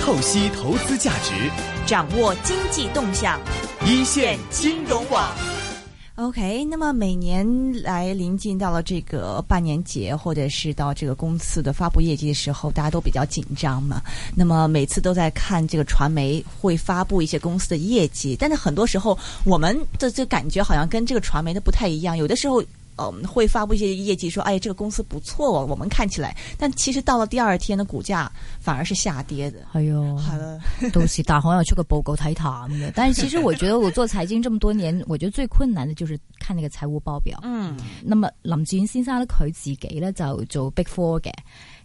透析投资价值，掌握经济动向，一线金 融网。 OK，那么每年来临近到了这个半年节，或者是到这个公司的发布业绩的时候，大家都比较紧张嘛。那么每次都在看这个传媒会发布一些公司的业绩，但是很多时候我们的这感觉好像跟这个传媒的不太一样，有的时候。嗯，会发布一些业绩说，哎，这个公司不错哦，我们看起来，但其实到了第二天的股价反而是下跌的。係啊，好了，到時大行又出個報告睇淡嘅。但是其實我覺得我做財經這麼多年，我覺得最困難的就是看那個財務報表。嗯，那麼林志遠先生咧，佢自己咧就做 Big Four 嘅，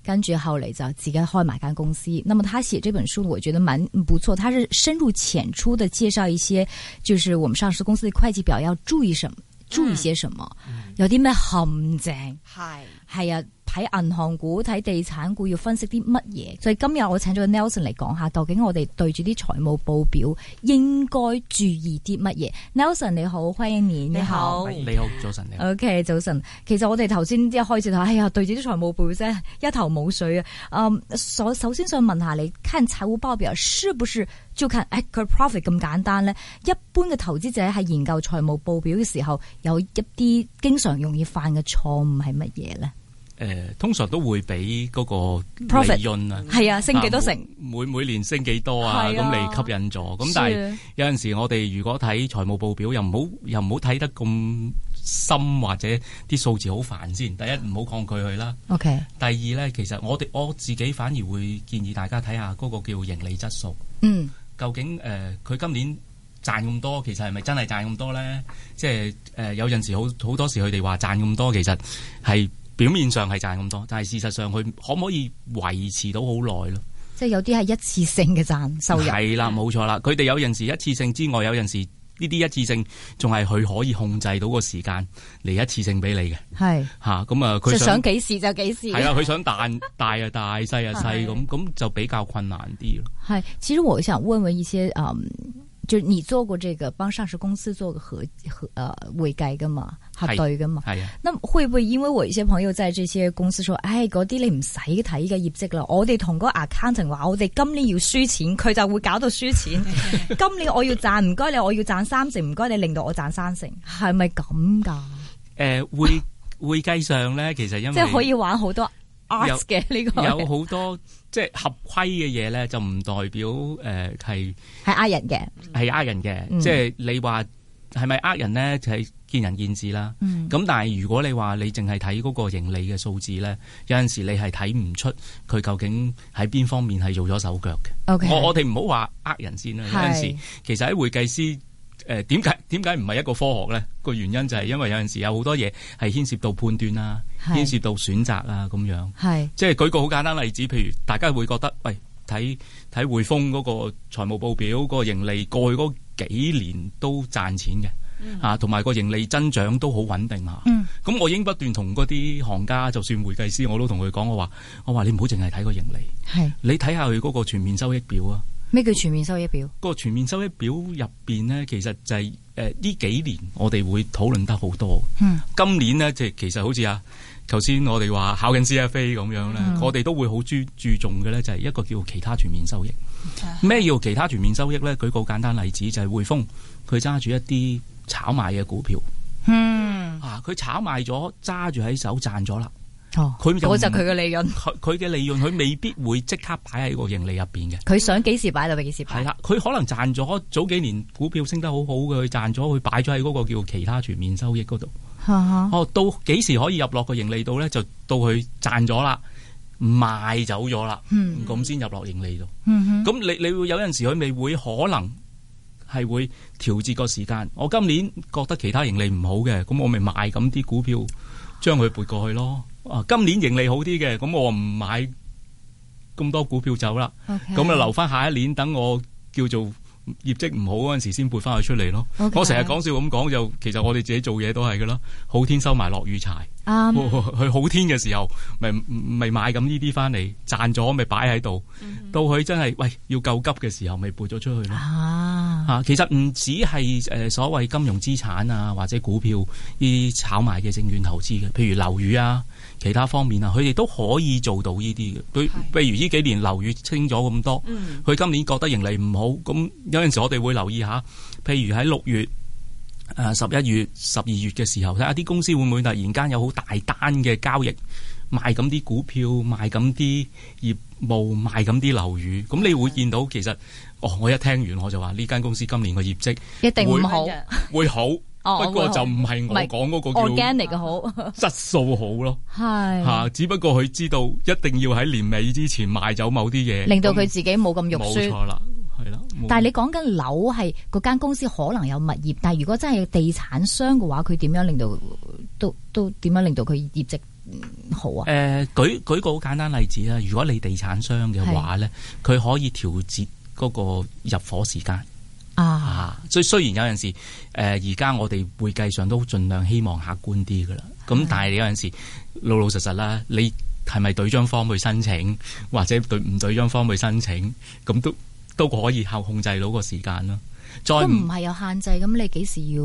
跟住後嚟就自己開埋間公司。那麼他寫這本書，我覺得蠻不錯，他是深入淺出的介紹一些，就是我們上市公司的會計表要注意什麼，注意些什麼，有啲咩陷阱。嗨，係啊，睇銀行股、睇地產股要分析啲乜嘢？所以今日我請咗 Nelson 嚟講下，究竟我哋對住啲財務報表應該注意啲乜嘢？Nelson 你好，歡迎你，你好喂你好，早晨，你好。 OK，早晨。其實我哋頭先一開始就哎呀，對住啲財務報表真係一頭冇水啊。嗯，所首先想問下你，看財務報表是不是就看 e c r profit 咁簡單呢？一般嘅投資者喺研究財務報表嘅時候，有一啲經常容易犯嘅錯誤係乜嘢呢？诶、呃通常都會俾嗰個 Profit 利潤啊，係啊，升幾多成？啊每每年升幾多啊，係咁啊嚟、吸引咗。咁但係係有陣時我哋如果睇財務報表，又唔好又唔好睇得咁深，或者啲數字好煩先。第一唔好抗拒佢啦。 OK，第二咧，其實我哋我自己反而會建議大家睇下嗰個叫盈利質素。嗯究竟誒呃佢、今年賺咁多，其實係咪真係賺咁多呢？即係誒、呃有陣時好好多時佢哋話賺咁多，其實係表面上係賺咁多，但係事實上佢可唔可以維持到好耐咯？，即係有啲係一次性嘅賺收入，係啦，冇錯啦。佢哋有陣時一次性之外，有陣時呢啲一次性仲係佢可以控制到個時間嚟一次性俾你嘅係嚇。咁就啊，佢想想幾時就幾時。係啊啦，佢想大大啊大，細啊細咁，咁就比較困難啲咯。嗨，其实我想问问一些，嗯，就是你做过这个帮上市公司做个合合呃会计噶嘛，核係对噶嘛？係啊。那會唔會因為我一些朋友在這些公司說，唉，嗰啲你唔使睇嘅業績啦，我哋同嗰 accounting 話，我哋今年要輸錢，佢就會搞到輸錢。 今年我要賺，唔該你，我要賺三成，唔該你令到我賺三成，係咪咁㗎？誒、呃會會計上呢，其實因為即係可以玩好多 arts 嘅呢 個有好多即係合規嘅嘢咧，就唔代表誒係係呃人嘅，係呃人嘅。嗯即係你話係咪呃人咧，就係、見仁見智啦。嗯咁、但係如果你話你淨係睇嗰個盈利嘅數字咧，有陣時你係睇唔出佢究竟喺邊方面係做咗手腳嘅。 ，OK，我我哋唔好話呃人先啦，有陣時係其實喺會計師誒點解點解唔係一個科學咧？個原因就係因為有陣時有好多嘢係牽涉到判斷啦，係牽涉到選擇啊咁樣。係即係舉個好簡單例子，譬如大家會覺得喂睇睇匯豐嗰個財務報表嗰個盈利過去嗰幾年都賺錢嘅。啊，同埋個盈利增長都好穩定啊！嗯咁、我已經不斷同嗰啲行家，就算會計師，我都同佢講，我話我話你唔好淨係睇個盈利，係你睇下佢嗰個全面收益表啊！咩叫全面收益表？個全面收益表入邊呢，其實就係誒呢幾年我哋會討論得好多。嗯今年呢，即係其實好似啊，頭先我哋話考緊 CFA 咁樣咧，嗯我哋都會好注注重嘅呢，就係一個叫其他全面收益。咩叫其他全面收益呢？舉個簡單例子就係、匯豐，佢揸住一啲炒賣嘅股票嗯，啊，佢炒賣咗揸住喺手賺咗啦，哦，佢就嗰就唔佢嘅利潤。佢佢嘅利潤佢未必會即刻擺喺個盈利入邊嘅。佢想幾時擺就俾幾時擺。係啦，佢可能賺咗早幾年股票升得好好嘅，佢賺咗佢擺咗喺嗰個叫其他全面收益嗰度。哈哈，哦，到幾時可以入落個盈利度咧？就到佢賺咗啦，賣走咗啦，嗯咁先入落盈利度。嗯咁你你會有陣時佢咪會可能係會調節個時間。我今年覺得其他盈利唔好嘅，咁我咪賣咁啲股票，將佢撥過去咯。啊，今年盈利好啲嘅，咁我唔買咁多股票走啦。哼，OK，咁啊留翻下一年等我叫做業績唔好嗰陣時先撥翻佢出嚟咯。 OK 我成日講笑咁講就，其實我哋自己做嘢都係噶啦，好天收埋落雨柴。啱 佢好天嘅時候，咪咪買咁呢啲翻嚟，賺咗咪擺喺度。到佢真係喂要救急嘅時候，咪撥咗出去咯。啊，嚇、其實唔止係誒所謂金融資產啊，或者股票呢啲炒賣嘅證券投資嘅，譬如樓宇啊，其他方面啊，佢哋都可以做到呢啲嘅。佢譬如呢幾年樓宇清咗咁多，佢今年覺得盈利唔好，咁有陣時我哋會留意下，譬如喺六月。誒十一月、十二月嘅時候，睇下啲公司會唔會突然間有好大單嘅交易，賣咁啲股票、賣咁啲業務、賣咁啲樓宇，咁你會見到其實，哦，我一聽完我就話呢間公司今年嘅業績一定唔好，會好，哦不過會好就唔係我唔係講嗰個叫 organic 嗯嘅好，質素好咯係嚇，只不過佢知道一定要喺年尾之前賣走某啲嘢，令到佢咁自己冇咁肉冇酸。錯啦，係啦。冇但係你講緊樓係嗰間公司可能有物業，但係如果真係地產商嘅話，佢點樣令到都都點樣令到佢業績嗯好誒、啊？舉舉個好簡單例子啦，如果你地產商嘅話咧，佢可以調節嗰個入伙時間啊，啊。所以雖然有陣時誒，呃而家我哋會計上都盡量希望客觀啲噶啦。咁但係有陣時老老實實啦，你係咪對張方去申請，或者對唔對張方去申請，咁都都可以後控制到個時間啦。再都唔唔係有限制，咁你幾時要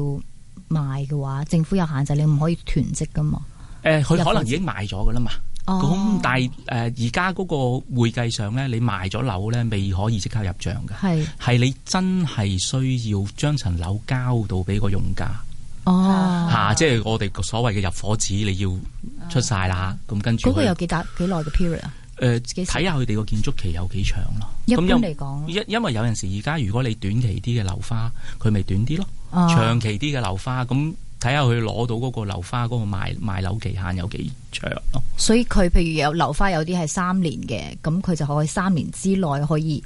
賣嘅話，政府有限制，你唔可以囤積噶嘛。誒，呃佢、入可伙能已時經賣咗噶啦嘛。哦咁、但係誒，呃而家嗰個會計上咧，你賣咗樓咧，未可以即刻入帳㗎。係係你真係需要將層樓交到俾個用家嚇、哦，啊即係我哋個所謂嘅入伙紙，你要出晒啦。咁、跟住啊嗰個佢有幾大幾耐嘅 period 啊？誒幾時睇下佢哋個建築期有幾長咯。一般有嚟講，因因為有陣時而家如果你短期啲嘅樓花，佢咪短啲咯；啊長期啲嘅樓花，咁睇下佢攞到嗰個樓花嗰個賣賣樓期限有幾長咯。所以佢譬如有樓花有啲係三年嘅，咁佢就可以三年之內可以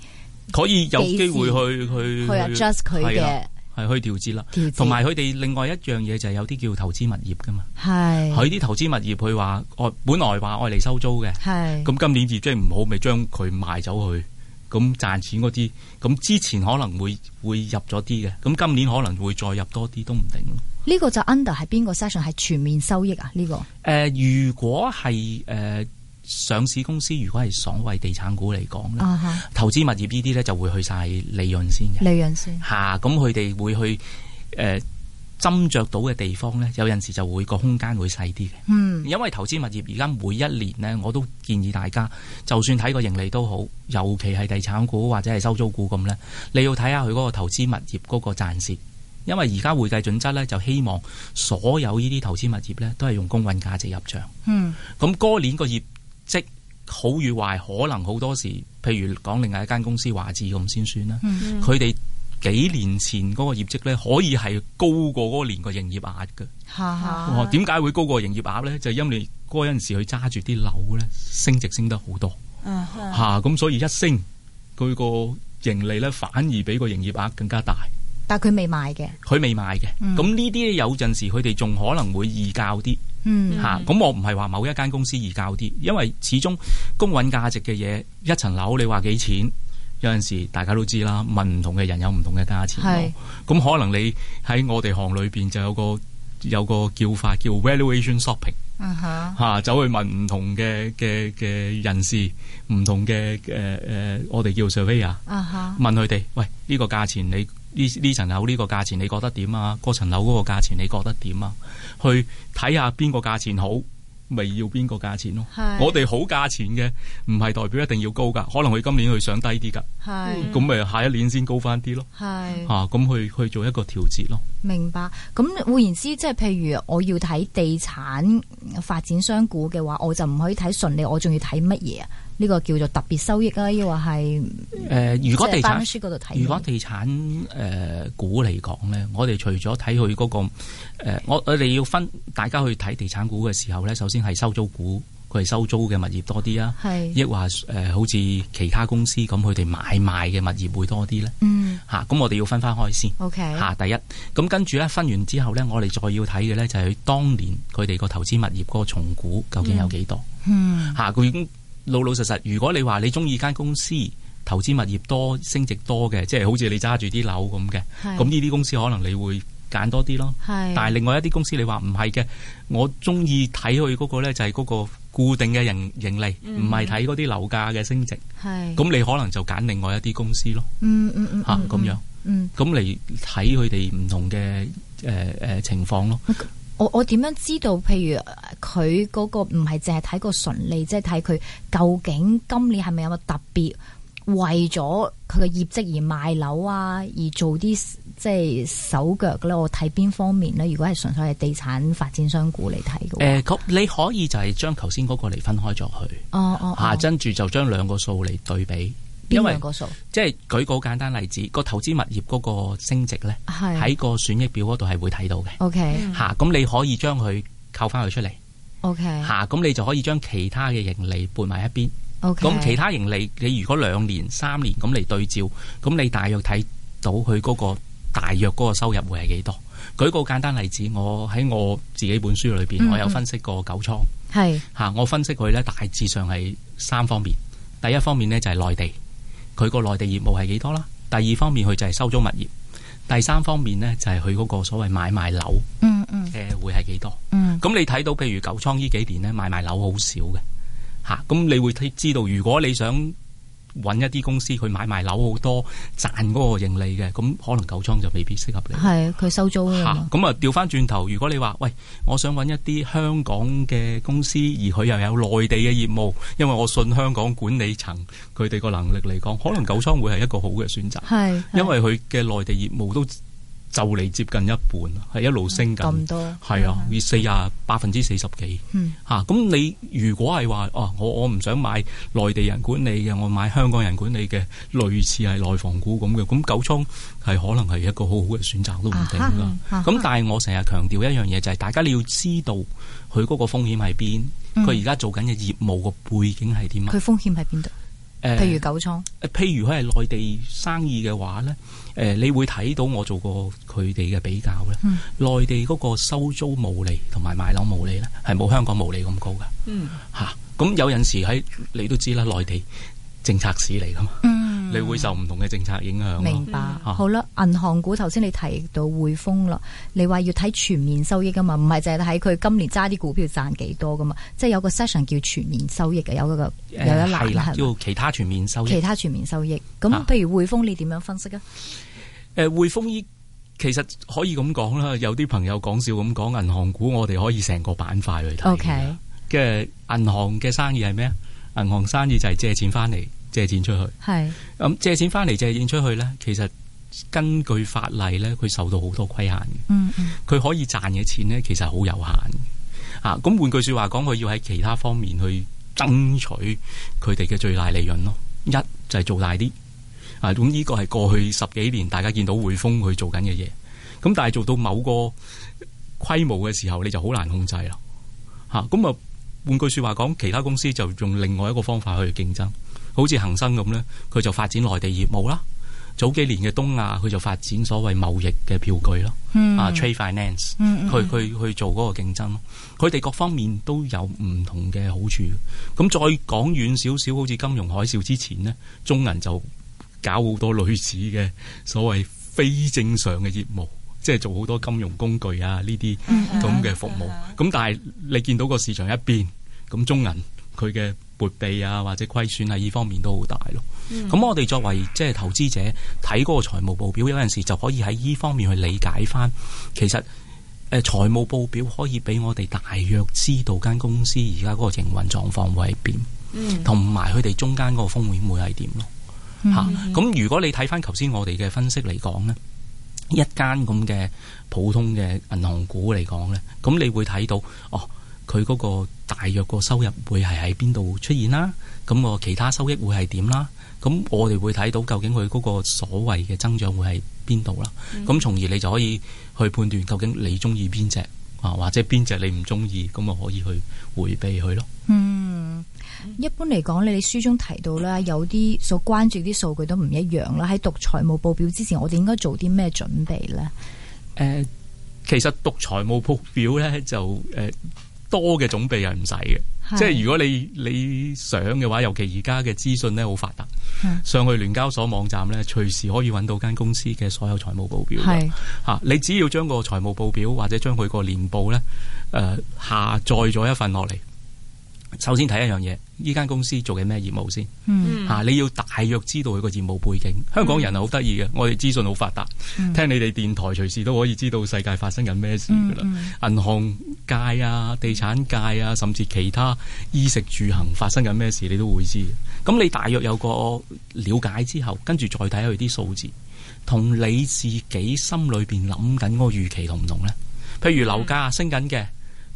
可以有機會去去去 adjust 佢嗯係啦嘅係去調節啦。調節，同埋佢哋另外一樣嘢就係有啲叫投資物業噶嘛。係佢啲投資物業，佢話我本來話愛嚟收租嘅，係咁今年業績唔好，咪將佢賣走佢，咁賺錢嗰啲，咁之前可能會會入咗啲嘅，咁今年可能會再入多啲都唔定咯。呢個就 under 係邊個 section 係全面收益啊？呢、個誒、如果係誒、呃上市公司，如果係所謂地產股嚟講咧，啊嗯哈投資物業呢啲咧就會去晒利潤先嘅。利潤先嚇，咁佢哋會去誒斟酌到嘅地方咧，有陣時就會個空間會細啲嘅。嗯因為投資物業而家每一年呢，我都建議大家，就算睇個盈利都好，尤其係地產股或者係收租股咁呢，你要睇下佢嗰個投資物業嗰個賺蝕。因為而家會計準則呢，就希望所有呢啲投資物業呢，都係用公允價值入帳。嗯咁嗰年個業績好與壞，可能好多時，譬如講另外一間公司華智咁先算啦。Ừ. 嗯佢哋、幾年前嗰個業績呢，可以係高過嗰個年個營業額嘅。哈哈哦，點解會高過營業額咧？就因為嗰陣時佢揸住啲樓咧，升值升得好多 Ờ, 啊嚇，嚇咁、所以一升佢個盈利咧，反而比個營業額更加大。但係佢未賣嘅佢未賣嘅，嗯咁呢啲有陣時佢哋仲可能會易教啲嗯嚇。咁、我唔係話某一間公司易教啲，因為始終公允價值嘅嘢，一層樓你話幾錢？有陣時大家都知啦，問唔同嘅人有唔同嘅價錢咯係。咁可能你喺我哋行裏邊就有個有個叫法叫 valuation shopping。嗯哈嚇、走去問唔同嘅嘅嘅人士，唔同嘅誒誒，我哋叫 surveyor，啊哈問佢哋，喂，呢、個價錢你呢呢層樓呢個價錢你覺得點啊？嗰層樓嗰個價錢你覺得點啊？去睇下邊個價錢好，咪要邊個價錢咯。係我哋好價錢嘅，唔係代表一定要高㗎，可能佢今年佢想低啲㗎，係咁咪、下一年先高翻啲咯。係嚇、咁去去做一個調節咯。明白。咁換言之，即係譬如我要睇地產發展商股嘅話，我就唔可以睇純利，我仲要睇乜嘢啊？呢、個叫做特別收益啊，抑或係誒、呃如果地即係產 balance sheet 嗰度睇咩？啊如果地產誒、呃股嚟講咧，我哋除咗睇佢嗰個、呃、我我哋要分大家去睇地產股嘅時候咧，首先係收租股，佢係收租嘅物業多啲啊，係抑或誒、呃好似其他公司咁，佢哋買賣嘅物業會多啲咧嗯嚇。咁、我哋要分翻開先。 OK 嚇，第一，咁跟住咧分完之後咧，我哋再要睇嘅咧就係佢當年佢哋個投資物業嗰個重估究竟有幾多？嗯嚇佢已經老老實實。如果你話你中意間公司投資物業多、升值多嘅，即係好似你揸住啲樓咁嘅，係咁呢啲公司可能你會揀多啲咯。係但係另外一啲公司你話唔係嘅，我中意睇佢嗰個呢就係嗰個固定嘅盈盈利，嗯唔係睇嗰啲樓價嘅升值。係咁你可能就揀另外一啲公司咯，嗯嗯嗯嚇嗯咁樣。嗯，咁嚟睇佢哋唔同嘅誒誒情況嗯咯。我我點樣知道？譬如呃佢嗰個唔係淨係睇個純利，即係睇佢究竟今年係咪有個特別為咗佢嘅業績而賣樓啊，而做啲即係手腳咧？我睇邊方面咧？如果係純粹係地產發展商股嚟睇嘅話，誒，呃咁你可以就係將頭先嗰個嚟分開咗去，哦哦，嚇哦跟住就將兩個數嚟對比，因邊為兩個數即係舉個好簡單例子，個投資物業嗰個升值咧，係嗯喺個損益表嗰度係會睇到嘅。Ừ. OK 嚇，咁你可以將佢扣翻佢出嚟， OK 嚇，咁你就可以將其他嘅盈利撥埋一邊。 OK，咁其他盈利，你如果兩年、三年咁嚟對照，咁你大約睇到佢嗰個大約嗰個收入會係幾多？舉個簡單例子，我喺我自己本書裏邊，嗯我有分析過九倉係嚇，我分析佢呢大致上係三方面。第一方面呢，就係內地，佢個內地業務係幾多啦？第二方面佢就係收租物業，第三方面呢，就係佢嗰個所謂買賣樓嗯嗯嘅會係幾多？嗯咁你睇到譬如九倉呢幾年咧買賣樓好少嘅嚇，咁、你會睇知道如果你想揾一啲公司佢買賣樓好多賺嗰個盈利嘅，咁可能九倉就未必適合你。係佢收租㗎嚇嘛，咁啊調翻轉頭，如果你話喂，我想揾一啲香港嘅公司，而佢又有內地嘅業務，因為我信香港管理層佢哋個能力嚟講，可能九倉會係一個好嘅選擇，係係因為佢嘅內地業務都就嚟接近一半，啊係一路升緊。咁多係啊，以四啊百分之四十幾嗯嚇。咁、你如果係話哦，我我唔想買內地人管理嘅，我買香港人管理嘅，類似係內房股咁嘅，咁九倉係可能係一個好好嘅選擇都唔定啦啊。哈啊哈咁、但係我成日強調一樣嘢就係、大家你要知道佢嗰個風險喺邊，嗯佢而家做緊嘅業務個背景係點啊佢？風險喺邊度？誒譬如九倉，譬如佢係內地生意嘅話呢，誒、你會睇到我做過佢哋嘅比較呢，嗯內地嗰個收租毛利同埋賣樓毛利呢，係冇香港毛利咁高噶 Ừ. 嗯，嚇。咁、有陣時喺你都知啦，內地政策市嚟噶嘛，嗯你會受唔同嘅政策影響明咯。白。嗯好啦，銀行股頭先你提到匯豐啦，你話要睇全面收益噶嘛，唔係淨係睇佢今年揸啲股票賺幾多噶嘛，即係有個 session 叫全面收益嘅，有一個有一誒欄係啦，係嘛要其他全面收益其。他全面收益。咁啊譬如匯豐，你點樣分析啊？誒匯豐呃依其實可以咁講啦，有啲朋友講笑咁講，銀行股我哋可以成個板塊去睇嘅。 OK 嘅銀行嘅生意係咩啊？銀行生意就係借錢翻嚟，借錢出去。係咁借錢翻嚟借錢出去呢，其實根據法例呢，佢受到好多規限嘅。嗯嗯佢可以賺嘅錢呢，其實好有限嘅。啊，咁換句説話講，佢要喺其他方面去爭取佢哋嘅最大利潤咯。一就係做大啲啊，咁呢個係過去十幾年大家見到匯豐佢做緊嘅嘢。咁但係做到某個規模嘅時候，你就好難控制啦。嚇、咁啊換句説話講，其他公司就用另外一個方法去競爭，好似恒生咁呢，佢就發展內地業務啦。早幾年嘅東亞，佢就發展所謂貿易嘅票據咯，嗯啊 trade finance，嗯嗯佢佢去做嗰個競爭咯。佢哋各方面都有唔同嘅好處。咁再講遠少少，好似金融海嘯之前呢，中銀就搞好多類似嘅所謂非正常嘅業務，即係做好多金融工具啊呢啲嗯咁嘅服務。咁但係你見到個市場一變，咁中銀佢嘅撥備啊或者虧損喺呢方面都好大咯。咁、我哋作為即係投資者睇嗰個財務報表，有陣時就可以喺呢方面去理解翻，其實。誒財務報表可以俾我哋大約知道間公司而家嗰個營運狀況會係點，Ừ. 同埋佢哋中間嗰個風險會係點咯嗯嚇。咁、如果你睇翻頭先我哋嘅分析嚟講呢，一間咁嘅普通嘅銀行股嚟講呢，咁你會睇到哦，佢嗰個大約個收入會係喺邊度出現啦，咁個其他收益會係點啦，咁我哋會睇到究竟佢嗰個所謂嘅增長會係邊度啦，咁從而你就可以去判斷究竟你中意邊只啊，或者邊只你唔中意，咁啊可以去迴避佢咯。嗯，一般嚟講，你哋書中提到啦，有啲所關注啲數據都唔一樣啦。喺讀財務報表之前，我哋應該做啲咩準備咧？誒、呃其實讀財務報表咧就誒、多嘅準備係唔使嘅，係即係如果你你想嘅話，尤其而家嘅資訊咧好發達，嗯上去聯交所網站咧隨時可以揾到間公司嘅所有財務報表㗎。係嚇、你只要將個財呃務報表或者將佢個年報咧誒、下載咗一份落嚟，首先睇一樣嘢，呢間公司做嘅咩業務先嗯 Ừ. 嚇、啊你要大約知道佢個業務背景。香港人係好得意嘅，我哋資訊好發達，嗯聽你哋電台隨時都可以知道世界發生緊咩事嗯㗎啦。嗯銀行界啊、地產界啊，甚至其他衣食住行發生緊咩事，你都會知嘅。咁你大約有個了解之後，跟住再睇下佢啲數字，同你自己心裏邊諗緊嗰個預期同唔同呢？譬如樓價升緊嘅，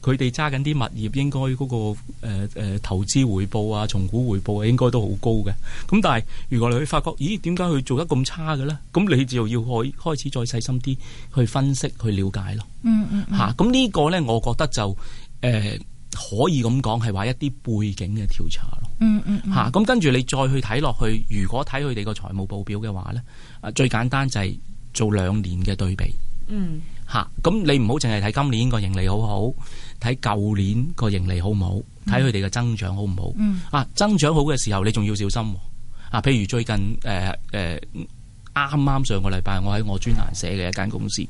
佢哋揸緊啲物業，應該嗰、個誒、呃呃投資回報啊、重估回報啊，應該都好高嘅。咁但係如果你去發覺，咦點解佢做得咁差嘅呢？咁你就要開開始再細心啲去分析、去了解咯。嗯嗯嗯嚇，咁呢、個呢，我覺得就誒、呃可以咁講係話一啲背景嘅調查咯嗯嗯嗯，嚇。咁、跟住你再去睇落去，如果睇佢哋個財務報表嘅話呢，啊最簡單就係做兩年嘅對比嗯嚇。咁、你唔好淨係睇今年個盈利好唔好，睇舊年個盈利好唔好，睇佢哋嘅增長好唔好。嗯啊，增長好嘅時候，你仲要小心喎。啊，譬如最近誒誒啱啱上個禮拜，我喺我專欄寫嘅一間公司，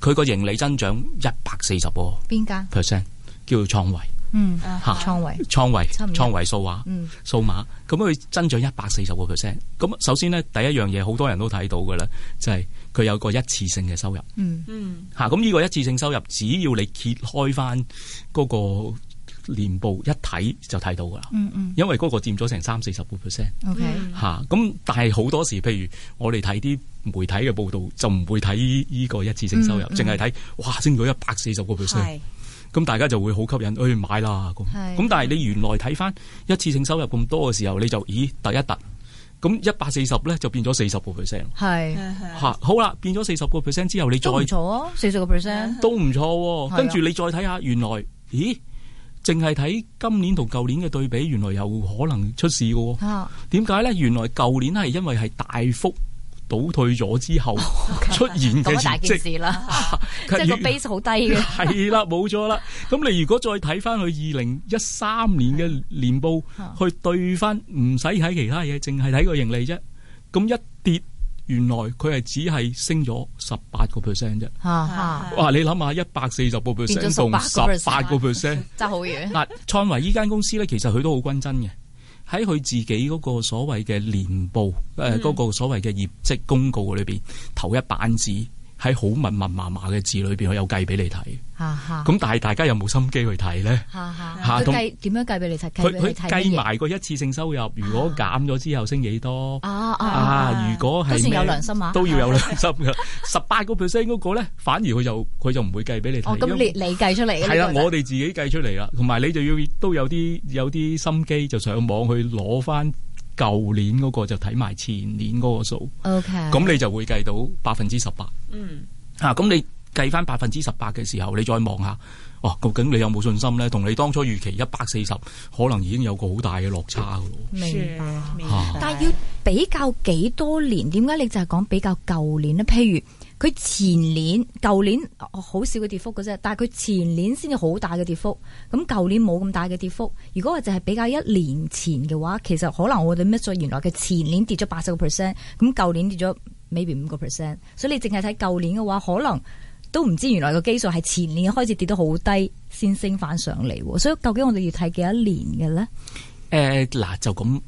佢個盈利增長一百四十喎。邊間？ percent 叫做創維嗯，Ờ, 嚇創維，創維差唔多創維數碼嗯數碼，咁佢增長一百四十個 percent。咁首先呢，第一樣嘢好多人都睇到嘅啦，就係、佢有個一次性嘅收入嗯嗯嚇。咁、呢個一次性收入，只要你揭開翻嗰個年報一睇就睇到噶啦，嗯嗯因為嗰個佔咗成三四十個 percent。 ，OK，Ừ. 嚇。咁但係好多時，譬如我哋睇啲媒體嘅報道，就唔會睇呢個一次性收入，嗯嗯淨係睇哇升咗一百四十個 percent。係咁大家就會好吸引，去買啦咁。係咁但係你原來睇翻一次性收入咁多嘅時候，你就咦突一突，咁一百四十咧就變咗四十個 percent 係嚇。好啦，變咗四十個 percent 之後，你再都唔錯啊，四十個 percent，都唔錯喎、係啊跟住你再睇下，原來咦淨係睇今年同舊年嘅對比，原來有可能出事 嘅喎。嚇，點解咧？原來舊年係因為係大幅倒退咗之後出現嘅咁啊大業件績，事啦， 即跟係住個 base 好低嘅，係 啦，冇錯啦。咁你如果再睇翻佢二零一三年嘅年報，去對翻，唔使睇其他嘢，淨係睇個盈利啫。咁一跌，原來佢係只係升咗十八個 percent 啫。嚇嚇，哇！你諗下，一百四啊十個變咗 percent 同18%十八個 percent，爭好遠，嗱，創維依間公司咧，其實佢都好均真嘅。喺佢自己嗰個所謂嘅年報，誒、嗰、個所謂嘅業績公告裏邊，頭一版紙喺好密密麻麻嘅字裏邊，佢有計俾你睇。嚇嚇，咁但係大家有冇心機去睇呢？嚇嚇，嚇佢同計點樣計俾你睇？佢計俾佢你睇乜嘢計埋個一次性收入，如果減咗之後升幾多？啊啊啊，如果都係算咩有良心啊都要有良心嘅。十八個 percent 嗰個咧，反而佢就佢就唔會計俾你睇。哦，咁因你為你計出嚟嘅係啦，呢個就我哋自己計出嚟啦，同埋你就要都有啲有啲心機，就上網去攞翻舊年嗰個，就睇埋前年嗰個數， OK，咁你就會計到百分之十八。嗯啊，咁你計翻百分之十八嘅時候，你再望下，哦，究竟你有冇信心呢？同你當初預期一百四十，可能已經有個好大嘅落差嘅咯。明白。明啊但係要比較幾多年？點解你就係講比較舊年呢？譬如佢前年、舊年哦好少嘅跌幅嘅啫，但係佢前年先至好大嘅跌幅，咁舊年冇咁大嘅跌幅。如果我就係比較一年前嘅話，其實可能我哋 miss 咗原來嘅前年跌咗八十個 percent，咁舊年跌咗 maybe 五個 percent，所以你淨係睇舊年嘅話，可能。都唔知原來個基數係前年開始跌得好低，先升翻上嚟喎，所以究竟我哋要睇幾多年嘅咧？誒呃嗱、就咁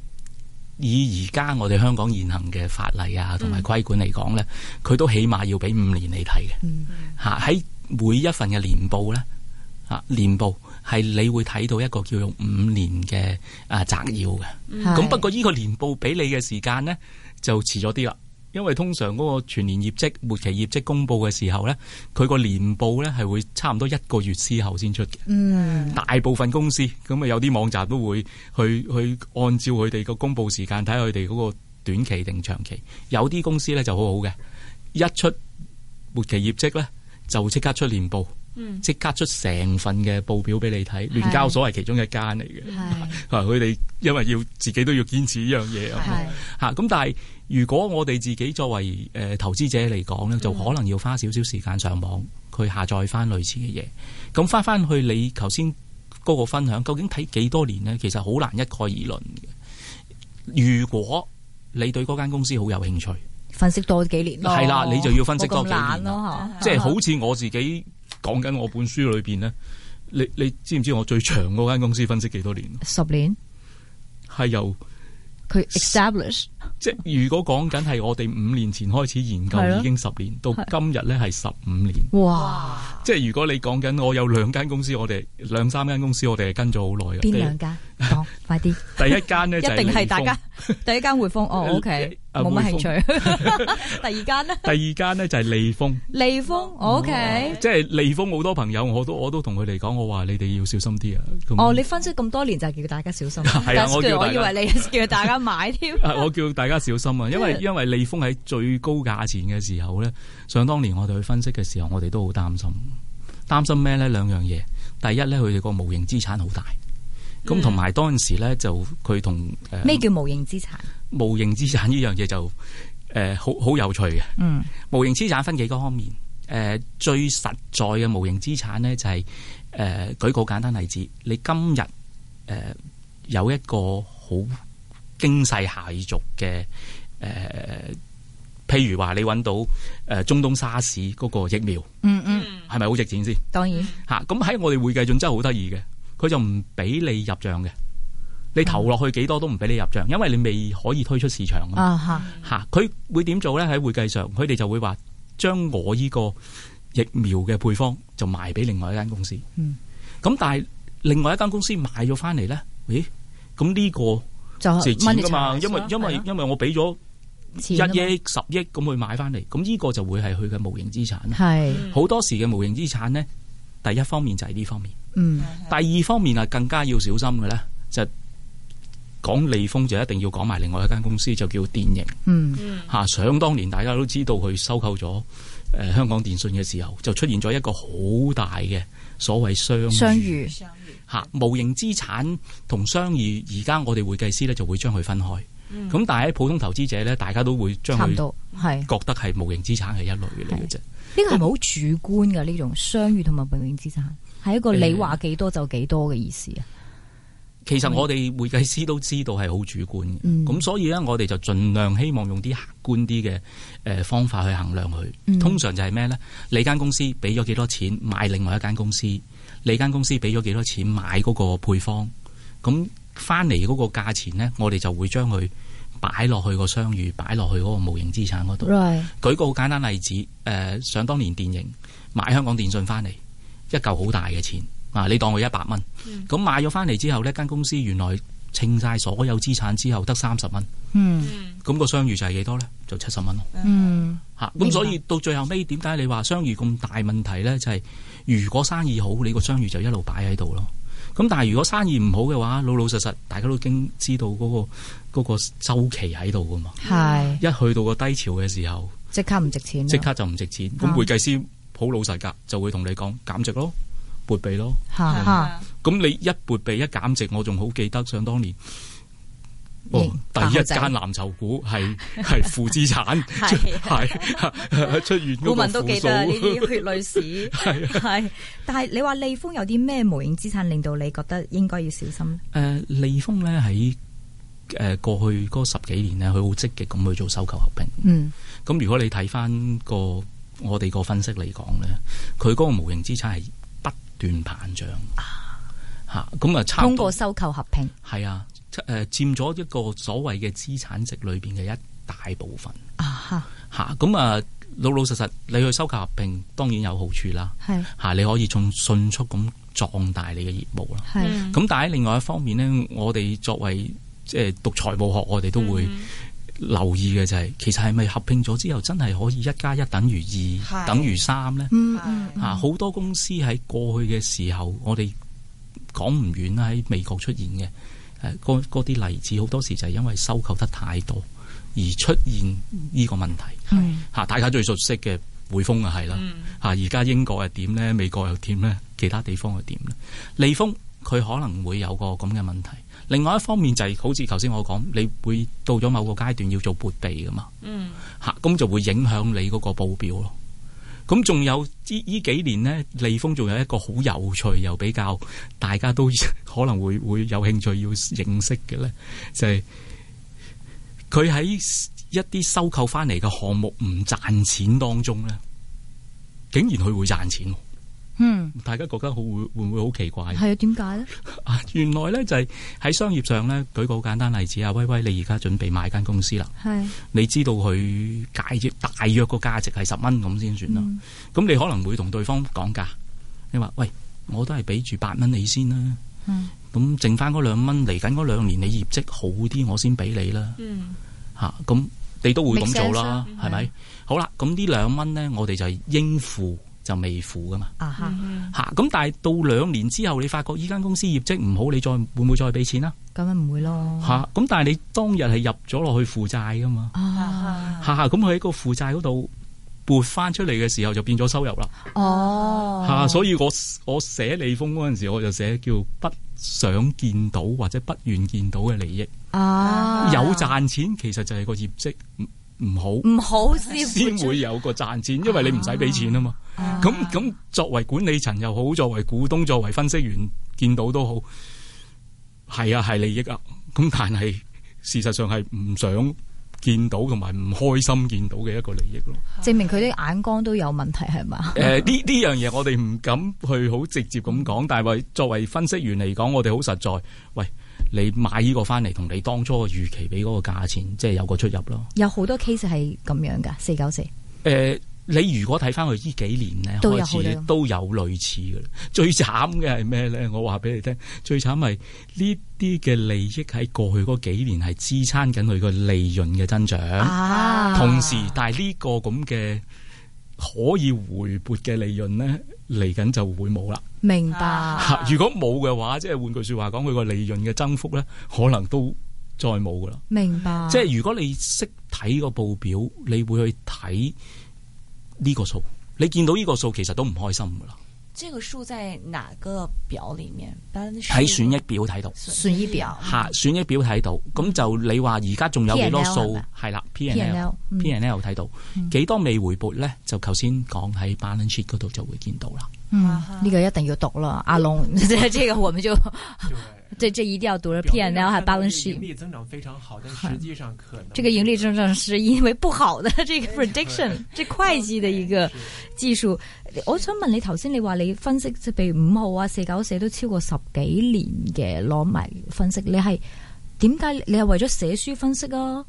以而家我哋香港現行嘅法例啊，同埋規管嚟講呢，佢、都起碼要俾五年你睇嘅。嚇喺、每一份嘅年報呢，啊年報係你會睇到一個叫做五年嘅啊摘要嘅。咁不過呢個年報俾你嘅時間呢，就遲咗啲啦。因為通常嗰個全年業績、末期業績公佈嘅時候呢，佢個年報呢係會差唔多一個月之後先出嘅。嗯。大部分公司咁啊，有啲網站都會去去按照佢哋個公佈時間睇下佢哋嗰個短期定長期。有啲公司呢就好好嘅，一出末期業績呢，就即刻出年報，Ừ. 即刻出成份嘅報表俾你睇。聯交所係其中一間嚟嘅。係啊！佢哋因為要自己都要堅持呢樣嘢啊，嚇咁但係如果我哋自己作為誒、呃投資者嚟講咧，就嗯可能要花少少時間上網去下載翻類似嘅嘢。咁翻翻去你頭先嗰個分享，究竟睇幾多年呢？其實好難一概而論嘅。如果你對嗰間公司好有興趣，分析多幾年咯，係啦你就要分析多幾年冇咁啦懶咯，嚇即係好似我自己講緊我本書裏邊呢，誒、你你知唔知我最長嗰間公司分析幾多年？十年係由佢 establish 即係如果講緊係我哋五年前開始研究係咯已經十年，到今日呢係十五年。哇，即係如果你講緊我有兩間公司，我哋兩三間公司我哋係跟咗好耐嘅。邊兩間 講快啲？第一間呢就一定係係大大家 家。第一間匯豐哦 呃，OK，呃冇乜匯豐興趣。 第二間咧，第二間呢就係 利豐，利 豐，OK。哦即係利豐好多朋友，我都我都同佢哋講，我話你哋要小心啲啊。咁哦，你分析咁多年就係叫大家小 心，係啊我叫大家我以為你叫大家買 添。啊 我叫大家小心啊，因為因為利豐喺最高價錢嘅時候呢，想當年我哋去分析嘅時候，我哋都好擔心，擔心咩呢？兩樣嘢，第一呢，佢哋個無形資產好大，嗯咁同埋當陣時呢，就佢同誒咩叫無形資產？無形資產呢樣嘢就誒好好有趣嘅。嗯，無形資產分幾個方面，誒、最實在嘅無形資產呢，就係、呃誒、舉個簡單例子，你今日誒、呃有一個好經濟下族嘅誒、呃譬如話你揾到誒、中東沙士嗰個疫苗，嗯嗯，係咪好值錢先當然嚇？咁、喺我哋會計準則好得意嘅，佢就唔俾你入帳嘅，你投落去幾多都唔俾你入帳，因為你未可以推出市場啊嘛啊吓，嚇，佢會點做咧？喺會計上，佢哋就會話將我呢個疫苗嘅配方就賣俾另外一間公司。嗯，咁但係另外一間公司買咗翻嚟咧，咦？咁呢個就值錢噶嘛？ monetize 因為啦因為係咯因為我俾咗一錢啊嘛億十億咁去買翻嚟，咁呢個就會係佢嘅無形資產啦。係 Ừ. 好多時嘅無形資產咧，第一方面就係呢方面，Ờ, 嗯第二方面啊更加要小心嘅咧，就講利豐就一定要講埋另外一間公司，就叫電盈。嗯 Ừ. 嚇、啊想當年大家都知道佢收購咗誒、呃香港電訊嘅時候，就出現咗一個好大嘅所謂商譽相遇嚇、無形資產同商譽，而家我哋會計師咧就會將佢分開。咁、Ừ. 但係喺普通投資者咧，大家都會將差唔佢多係覺得係無形資產係一類嚟嘅啫。呢個係咪好主觀嘅呢種相遇同埋永遠資產，係一個你話幾多就幾多嘅意思啊？其實我哋會計師都知道係好主觀嘅，嗯咁、所以咧我哋就盡量希望用啲客觀啲嘅誒方法去衡量佢。嗯通常就係咩呢？你間公司俾咗幾多錢買另外一間公司，你間公司俾咗幾多錢買嗰個配方，咁翻嚟嗰個價錢呢，我哋就會將佢擺落去個商譽，擺落去嗰個無形資產嗰度。 Right，舉個好簡單例子，誒、想當年電影買香港電訊翻嚟，一嚿好大嘅錢，啊，你當佢一百蚊，嗯咁、買咗翻嚟之後呢間公司原來稱晒所有資產之後得三十蚊，嗯咁、個商譽就係幾多呢？就七十蚊咯，嗯嚇、明白咁所以到最後尾點解你話商譽咁大問題呢？就係、如果生意好，你個商譽就一路擺喺度咯。咁但係如果生意唔好嘅話，老老實實大家都經知道嗰、個嗰、個周期喺度噶嘛，係一去到個低潮嘅時候。即刻唔值錢啦，即刻就唔值錢。啊咁會計師好老實㗎，就會同你講減值咯，撥備咯。嚇 Ờ. 嚇咁你一撥備一減值，我仲好記得想當年。哦認，第一間藍籌股係 係負資產， 係出現嗰顧個問都記得呢負數。 啲血淚史啊係，但係你話利豐有啲咩無形資產令到你覺得應該要小心咧？誒呃利豐咧喺誒過去嗰十幾年咧，佢好積極咁去做收購合併。嗯咁如果你睇翻個我哋個分析嚟講咧，佢嗰個無形資產係不斷膨脹嚇，咁啊差唔啊通多過收購合併，係啊，誒、呃、佔咗一個所謂嘅資產值裏邊嘅一大部分啊嚇。咁啊，老老實實你去收購合併，當然有好處啦嚇係嚇、你可以仲迅速咁壯大你嘅業務啦。Ừ. 係嗯咁、但係另外一方面呢，我哋作為即係讀財務學，我哋都嗯會留意嘅就係、其實係咪合併咗之後真係可以一加一等於二，係等於三呢？Ừ. 嗯嗯嗯啊，好多公司喺過去嘅時候，我哋講唔遠啦，喺美國出現嘅誒嗰嗰啲例子，好多時就係因為收購得太多而出現呢個問題。嗯嚇、大家最熟悉嘅匯豐啊，係啦嚇，而家英國又點呢？美國又點呢？其他地方又點呢？利豐佢可能會有個咁嘅問題。另外一方面就係、好似頭先我講，你會到咗某個階段要做撥備噶嘛，嚇咁、就會影響你嗰個報表咯。咁仲有呢呢幾年呢，利豐仲有一個好有趣又比較大家都 可能會會有興趣要認識嘅呢，就係佢喺一啲收購翻嚟嘅項目唔賺錢當中呢，竟然佢會賺錢喎。嗯，大家覺得好會會唔會好奇怪？係啊，點解咧？啊，原來咧就係、喺商業上咧，舉個好簡單例子啊，威威，你而家準備買間公司啦，係你知道佢大約大約個價值係十蚊咁先算啦。嗯咁、你可能會同對方講價，你話喂，我都係俾住八蚊你先啦。嗯咁剩翻嗰兩蚊，嚟緊嗰兩年你業績好啲，我先俾你啦。Ừ. 嗯嚇、啊咁你都會咁做 Make sense 啦啊，係咪？好啦，咁呢兩蚊呢，我哋就係應付就未付噶嘛。啊哈，Ừ. 嗯嚇、咁但係到兩年之後，你發覺依間公司業績唔好，你再會唔會再俾錢啊？咁咪唔會咯。嚇、咁但係你當日係入咗落去負債噶嘛？Ờ, 啊，嚇、咁佢喺個負債嗰度。撥翻出嚟嘅時候就變咗收入啦，哦嚇、所以我我寫利豐嗰陣時，我就寫叫不想見到或者不願見到嘅利益。啊有賺錢其實就係個業績唔唔好，唔好先先會有個賺錢，因為你唔使俾錢啊嘛。咁咁、作為管理層又好，作為股東、作為分析員見到都好，係啊係利益啊。咁但係事實上係唔想見到同埋唔開心見到嘅一個利益咯。證明佢啲眼光都有問題係嘛？誒呢呢樣嘢我哋唔敢去好直接咁講，但係為作為分析員嚟講，我哋好實在。喂，你買呢個翻嚟同你當初嘅預期俾嗰個價錢，即係有個出入咯。有好多 case 係咁樣噶，四九四誒、呃你如果睇翻佢呢幾年咧，都有開好始多都有類似嘅啦。 最慘嘅係咩咧？我話俾你聽，最慘係呢啲嘅利益喺過去嗰幾年係支撐緊佢個利潤嘅增長，À. 啊同時但係呢個咁嘅可以回撥嘅利潤咧，嚟緊就會冇啦。明啊白。嚇 如果冇嘅話，即係換句説話講，佢個利潤嘅增幅咧，可能都再冇噶啦。明白，即係如果你識睇個報表，你會去睇呢個數，你見到呢個數其實都唔開心噶啦。这个数在哪个表里面？班數喺損益表睇到，損益表嚇損益表睇到，咁就你話而家仲有幾多 P&L 係數咪係啊啦 P&L ，P&L 嗯 P&L 睇到幾多未回撥咧？就頭先講喺 balance sheet 嗰度就會見到啦。嗯，呢個一定要讀啦，阿龍， 即這個我們就對，这一定要讀了。P N L 還 balance 盈 sheet，利增长非常好，但实际上可能这個盈利增長是因為不好的這個 prediction，這會計的一個技術。我想問你頭先你話你分析即係譬如五號啊、四九四都超過十幾年嘅攞埋分析，你係點解你係為咗寫書分析啊？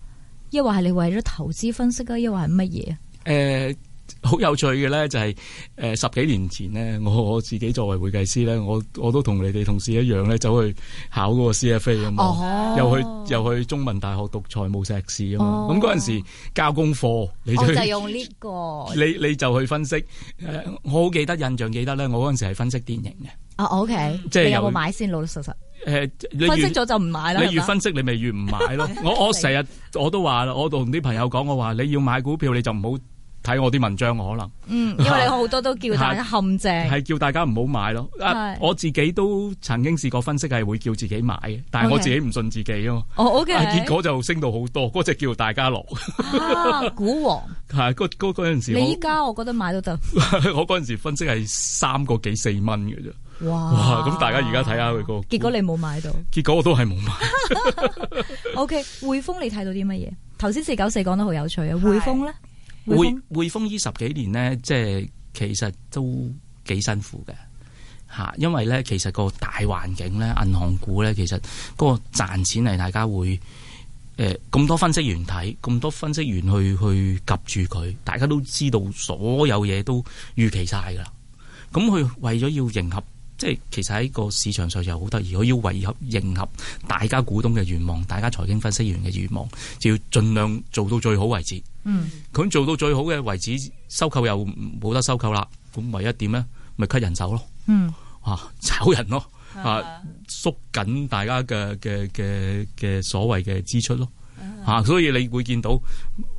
抑或係你為咗投資分析啊？抑或係乜嘢？誒好有趣嘅咧，就係、誒、十幾年前咧，我我自己作為會計師咧，我我都同你哋同事一樣咧，走去考嗰個 CFA 咁哦啊，又去又去中文大學讀財務碩士啊嘛哦。咁嗰陣時交功課，你哦就我去就用呢個你你就去分析。誒、我好記得印象記得咧，我嗰陣時係分析電影嘅。啊，OK，即係你有有冇買先？老老實實誒、你分析越咗就唔買啦，你越係嘛分析你咪越唔 買咯。我我成日我都話啦，我同啲朋友講，我話你要買股票你就唔好睇我啲文章，我可能。嗯，因為你好多都叫大家陷阱，係叫大家唔好買咯。啊係，我自己都曾經試過分析係會叫自己買嘅，但係我 OK 自己唔信自己啊嘛。哦，OK，啊結果就升到好多，嗰只叫大 家樂，啊，股王，係嗰嗰嗰陣時你依我家我覺得買都得， 我嗰陣時分析係三個幾四蚊嘅啫，哇哇！咁大家而家睇下佢個結果你冇買到結果我都係冇買。 ，OK，匯豐你睇到啲乜嘢？頭先四九四講得好有趣啊，匯豐咧，匯豐匯匯豐呢十幾年呢，即係其實都幾辛苦嘅嚇，因為呢，其實個大環境呢，銀行股呢，其實嗰個賺錢係大家會誒咁、多分析員睇，咁多分析員去去及住佢，大家都知道所有嘢都預期晒㗎啦。咁佢為咗要迎合，即係其實喺個市場上就好得意，佢要為合迎合大家股東嘅願望，大家財經分析員嘅願望，就要盡量做到最好為止。嗯，佢做到最好嘅為止，收購又冇得收購啦。咁唯一點咧，咪 cut 人手咯，嗯，啊， 炒人咯，啊，縮緊大家嘅嘅嘅嘅所謂嘅支出咯，啊，所以你會見到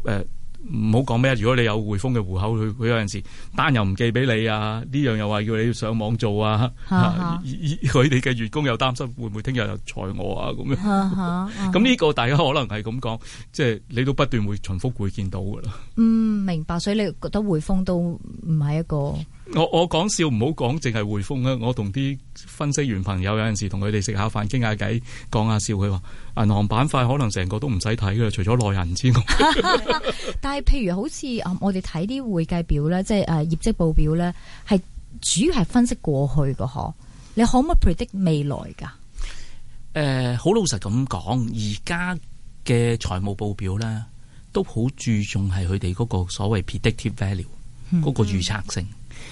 誒。唔好講咩，如果你有匯豐嘅戶口，佢佢有陣時單又唔寄俾你啊，呢樣又話叫你上網做啊，啊 啊以以佢哋嘅員工又擔心會唔會聽日又裁我啊咁樣，啊哈啊咁呢個大家可能係咁講，即係你都不斷會重複會見到㗎啦。嗯，明白，所以你覺得匯豐都唔係一 個我我講笑唔好講，淨係匯豐啦。啊我同啲分析員朋友有陣時同佢哋食下飯傾下偈，講下笑。佢話銀行板塊可能成個都唔使睇嘅，除咗內銀之外。啊但係譬如好似啊，我哋睇啲會計表咧，即係誒業績報表咧，係主要係分析過去噶嗬。你可唔可以 predict 未來㗎？誒，呃好、老實咁講，而家嘅財務報表咧，都好注重係佢哋嗰個所謂 predictive value 嗯嗰個預測性。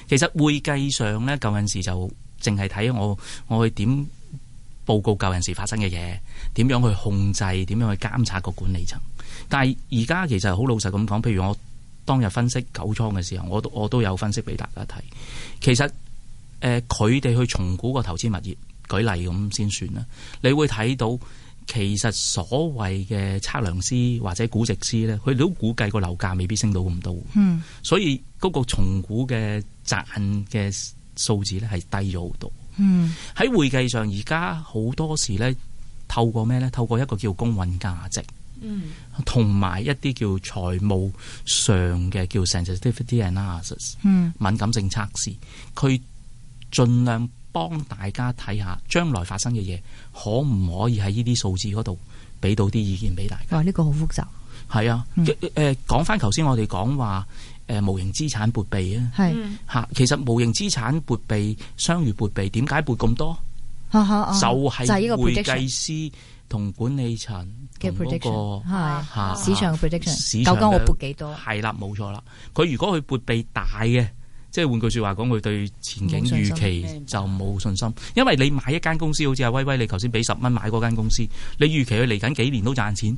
其實會計上咧，舊陣時就淨係睇我我去點報告舊陣時發生嘅嘢，點樣去控制，點樣去監察個管理層。但係而家其實好老實咁講，譬如我當日分析九倉嘅時候，我都我都有分析俾大家睇。其實誒，佢哋去重估個投資物業，舉例咁先算啦。你會睇到其實所謂嘅測量師或者估值師呢，佢哋都估計個樓價未必升到咁多，嗯所以嗰個重估嘅賺嘅數字呢係低咗好多。嗯喺會計上，而家好多時呢，透過咩呢？透過一個叫公允價值，Ừ. 同埋一啲叫財務上嘅叫 sensitivity analysis。嗯敏感性測試，佢盡量幫大家睇下將來發生嘅嘢，可唔可以喺呢啲數字嗰度俾到啲意見俾大家？哇！呢、個好複雜，係啊，嗯誒、呃、講翻頭先我哋講話誒無形資產撥備啊，係嚇，其實無形資產撥備、商業撥備點解撥咁多？哈哈啊就就係呢個係會 prediction 計師同管理層嘅同嗰 prediction 係個嚇 Ờ, 市場嘅市 prediction，場究嘅竟我撥幾多？係啦，冇錯啦。佢如果佢撥備大嘅，即係換句説話講，佢對前景冇信心預期就冇信心。因為你買一間公司，好似阿威威，你頭先俾十蚊買嗰間公司，你預期佢嚟緊幾年都賺錢，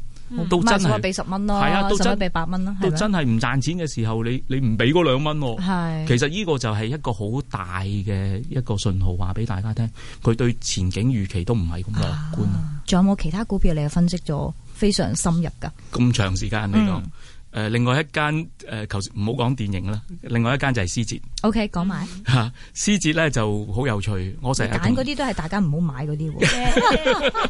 都真買咗係俾十蚊咯，係啊都十真蚊俾八蚊咯，都係咪？真係唔賺錢嘅時候，你你唔俾嗰兩蚊喎。係其實呢個就係一個好大嘅一個信號，話俾大家聽，佢對前景預期都唔係咁樂觀。啊仲有冇其他股票你係分析咗非常深入㗎？咁長時間嚟講，誒、嗯另外一間誒，求唔好講電影啦，另外一間就係思捷 OK，講埋， 嚇，思捷咧就好有趣，我成日揀嗰同啲啊都係大家唔好買嗰啲喎。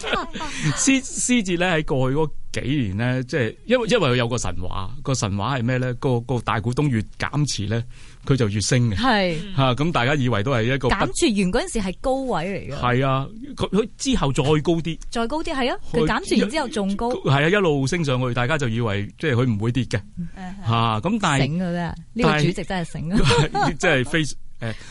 思思捷咧喺過去嗰幾年咧，即係因為因為佢有個神話，個神話係咩咧？個個大股東越減持咧，佢就越升嘅 係嚇，咁、大家以為都係一個不減住完嗰陣時係高位嚟嘅，係啊，佢佢之後再高啲。再高啲係啊，佢佢減住完之後仲高，係啊，一路升上去，大家就以為即係佢唔會跌嘅嗯吓。咁、但係醒嘅啫。呢個但係主席真係醒啊， 即係非誒、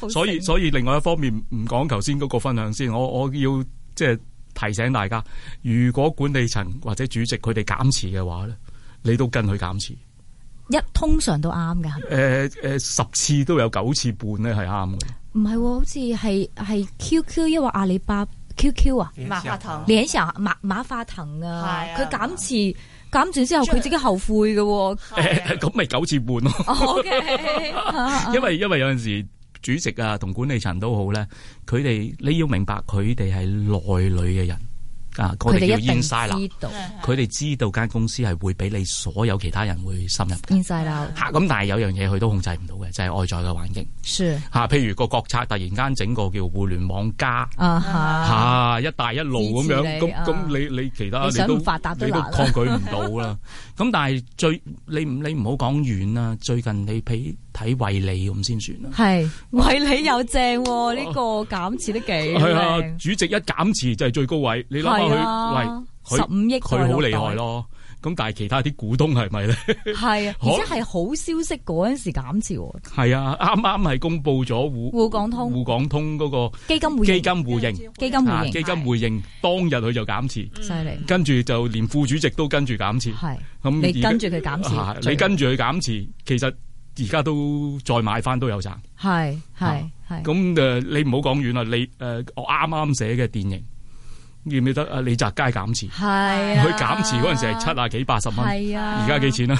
好所以醒所以另外一方面唔講頭先嗰個分享先，我我要即係提醒大家，如果管理層或者主席佢哋減持嘅話咧，你都跟佢 減持，一通常都啱㗎。誒、誒、十次都有九次半咧係啱嘅。唔係喎，好似係係 QQ 抑或阿里巴 QQ 啊，马化腾你喺時候馬馬化騰啊係，啊佢減持減住之後，佢自己後悔嘅喎。 哦誒咁咪九次半咯， O K， 因為因為有陣時。主席啊，同管理層都好咧，佢哋你要明白佢哋係內裏嘅人啊，我佢哋哋叫一定 insider，知道佢哋知道間公司係會比你所有其他人會深入嘅。 inside out 嚇咁，但係有樣嘢佢都控制唔到嘅，就係、外在嘅環境是嚇、譬如個國策突然間整個叫互聯網加啊嚇、哈，一帶一路咁支持樣，你咁啊咁你你其他你想都唔發達都你都難啊抗拒唔 到啦。咁但係最你唔你唔好講遠啦，最近你譬睇惠理咁先算啦。係為你又正喎，呢個減持得幾哦係啊，靚，主席一減持就係最高位，你諗下係佢喂啊，佢十五億佢好厲害，咯。咁但係其他啲股東係 咪咧？係啊，而且係好消息嗰陣時減持喎，係啊，啱啱係公布咗互滬港通互港通嗰個基金互嗯基認金互認，基金互啊認基金互認當日佢就減持，犀利，跟住就連副主席都跟住減持。係咁你而家跟住佢減持啊最你跟住佢減持，其實而家都再買翻都有賺。係係係。咁誒，你唔好講遠啦，你誒我啱啱寫嘅電影，記唔記得啊？李澤楷減持，系啊，佢減持嗰陣時係七啊幾八十蚊，系啊，而家幾錢啊？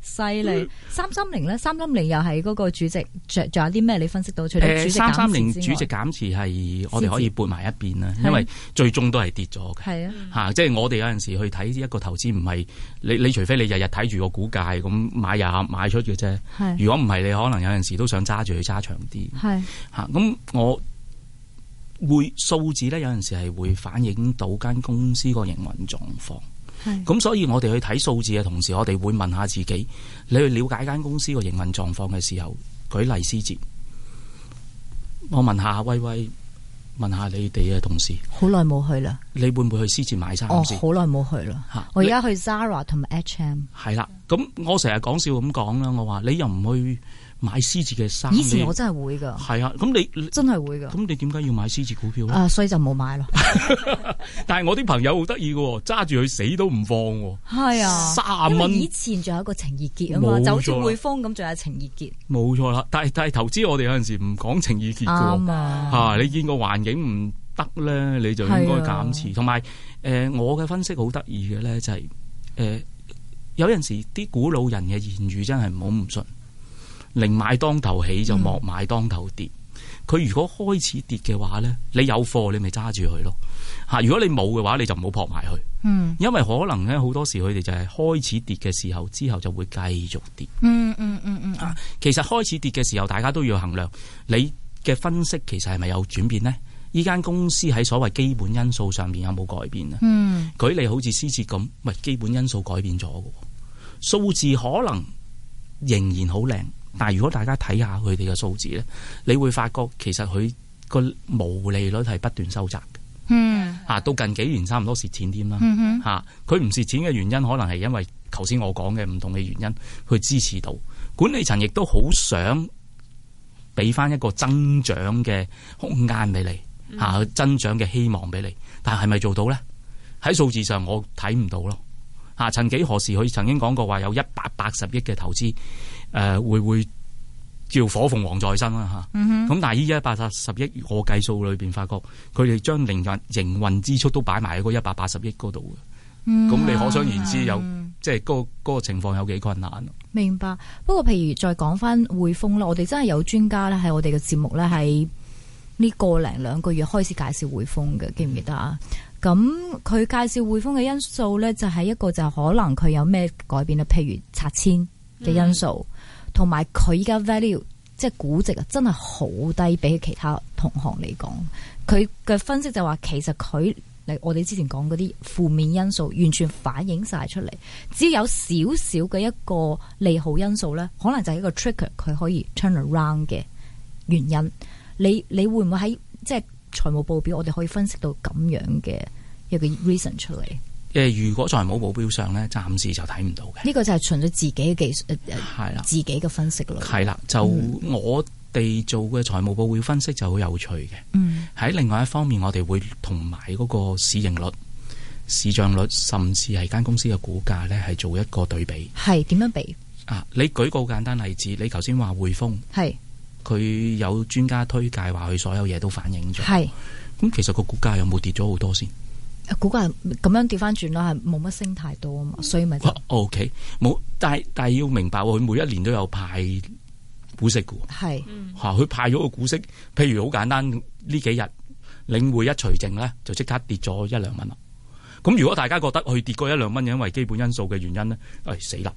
犀利。三三零咧，三三零又係嗰個主席，仲仲有啲咩你分析到？除咗主誒席三三零減持主之外席減持係我哋可以撥埋一邊啦，係因為最終都係跌咗嘅。係啊，嚇、即係我哋有陣時去睇一個投資，唔係你你除非你日日睇住個股價咁買入買出嘅啫。係如果唔係，你可能有陣時都想揸住佢揸長啲係嚇。咁、我會數字咧，有陣時係會反映到間公司個營運狀況。係咁所以我哋去睇數字嘅同時，我哋會問下自己，你去了解間公司個營運狀況嘅時候，舉例思捷，我問下威威，問下你哋嘅同事，好耐冇去啦，你會唔會去思捷買衫哦，先？好耐冇去啦。嚇我而家去 Zara 同埋 H&M，係啦，咁我成日講笑咁講啦，我話你又唔去買獅子嘅衫，以前我你真係會噶，係啊，咁你你真係會噶。咁你點解要買獅子股票咧？啊，所以就冇買咯。但係我啲朋友好得意嘅喎，揸住佢死都唔放喎，係啊，三因為蚊以前仲有一個情意結啊嘛，冇錯啦就好似匯豐咁，仲有情意結。冇錯啦。但係但係投資我哋有陣時唔講情意結嘅喎。啱啊，啊，你見個環境唔得咧，你就應該減持。同埋誒，我嘅分析好得意嘅咧，就係、誒、有陣時啲古老人嘅言語真係唔好唔信，寧買當頭起就莫買當頭跌。佢、如果開始跌嘅話咧，你有貨你咪揸住佢咯嚇。如果你冇嘅話，你就唔好撲埋去，嗯因為可能咧好多時佢哋就係開始跌嘅時候，之後就會繼續跌。嗯嗯嗯嗯嗯，其實開始跌嘅時候，大家都要衡量你嘅分析其實係咪有轉變呢？呢間公司喺所謂基本因素上面有冇改變呢？嗯舉例好似獅子咁，喂，基本因素改變咗嘅喎，數字可能仍然好靚，但係如果大家睇下佢哋嘅數字呢，你會發覺其實佢個毛利率係不斷收窄嘅，嗯啊，到近幾年差唔多蝕錢添啦。嗯哼嚇，佢唔蝕錢嘅原因，可能係因為頭先我講嘅唔同嘅原因去支持到管理層，亦都好想俾翻一個增長嘅空間俾你嗯嚇，啊增長嘅希望俾你。但係咪做到呢？喺數字上我睇唔到咯。嚇，曾幾何時佢曾經講過話有一百八十億嘅投資，誒、呃會會叫火鳳凰再生啦嚇。嗯咁、但係呢一百八十億，我計數裏邊發覺佢哋將營運營運支出都擺埋喺嗰一百八十億嗰度嘅。嗯咁你可想而知有嗯即係嗰、個嗰個情況有幾困難咯。明白，不過譬如再講翻匯豐啦，我哋真係有專家咧喺我哋嘅節目咧喺呢個零兩個月開始介紹匯豐嘅，記唔記得啊？咁佢介紹匯豐嘅因素咧，就係一個就係可能佢有咩改變啦，啊譬如拆遷嘅因素，同埋佢依家 value 即係估值啊，真係好低，比起其他同行嚟講，佢嘅分析就話其實佢。我哋之前講嗰啲負面因素，完全反映晒出嚟。只要有少少嘅一個利好因素咧，可能就係一個 trigger，佢可以 turn around 嘅原因。你你會唔會喺即係財務報表，我哋可以分析到咁樣嘅一個 reason 出嚟？呢、誒、如果財務報表上咧，暫時就睇唔到嘅，個就係純粹自己嘅技術，呃呃係啦，嗯自己嘅分析咯。係啦，就我哋做嘅財務報表分析就好有趣嘅。嗯喺另外一方面，我哋會同埋嗰個市盈率、市漲率，甚至係間公司嘅股價咧，係做一個對比係點樣比？啊。你舉個簡單例子，你頭先話匯豐，係佢有專家推介話佢所有嘢都反映咗，係啊咁其實個股價有冇跌咗好多先？估計係咁樣調翻轉啦，係冇乜升太多啊嘛，所以咪就 O K，冇，但係但係要明白喎，佢每一年都有派股息嘅喎，係嚇佢派咗個股息，譬如好簡單，呢幾日領匯一除淨咧，就即刻跌咗一兩蚊啦。咁如果大家覺得佢跌嗰一兩蚊，因為基本因素嘅原因咧，誒、死啦！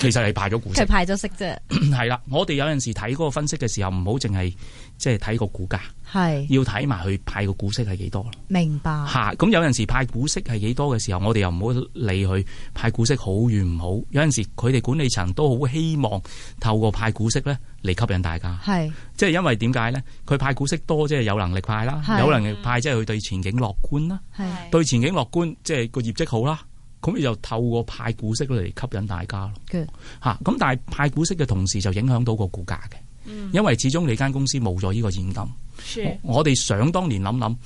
其實係派咗股息佢，派咗息啫，係啦。我哋有陣時睇嗰個分析嘅時候，唔好淨係即係睇個股價，係要睇埋佢派個股息係幾多咯。明白。嚇，咁有陣時派股息係幾多嘅時候，我哋又唔好理佢派股息好與唔好。有陣時佢哋管理層都好希望透過派股息咧嚟吸引大家，係即係因為點解咧？佢派股息多，即係有能力派啦，係有能力派即係佢對前景樂觀啦，係。對前景樂觀即係個業績好啦。咁你就透過派股息嚟吸引大家咯 Good。嚇，咁但係派股息嘅同時就影響到個股價嘅，嗯因為始終你間公司冇咗呢個現金。是我哋想當年諗諗，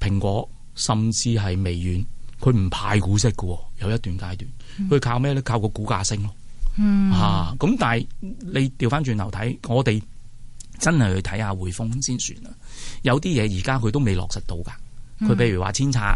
蘋果甚至係微軟，佢唔派股息嘅喎，有一段階段，佢靠咩咧？靠個股價升咯。嗯啊，咁但係你調翻轉頭睇，我哋真係去睇下匯豐先算啦。有啲嘢而家佢都未落實到㗎。佢譬如話遷冊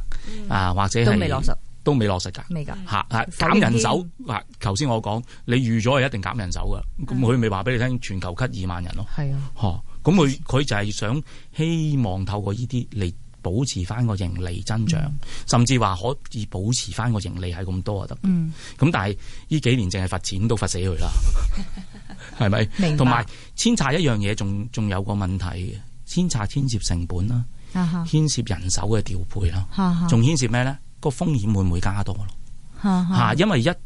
啊，或者係嗯都未落實，都未落實㗎。未㗎。嚇嚇否減認人添手嗱，頭先我講你預咗係一定減人手㗎，嗯咁佢咪話俾你聽全球 cut 二萬人咯。係啊，哦，咁佢佢就係想希望透過呢啲嚟保持翻個盈利增長，嗯甚至話可以保持翻個盈利係咁多啊得。咁、嗯，但係呢幾年淨係罰錢都罰死 佢啦，係明咪？白同埋遷冊一樣嘢，仲仲有個問題嘅，遷冊牽涉成本啦，啊哈，牽涉人手嘅調配啦，哈哈，仲牽涉咩呢？個風險會唔會加多咯？哈嚇，哈，因為一向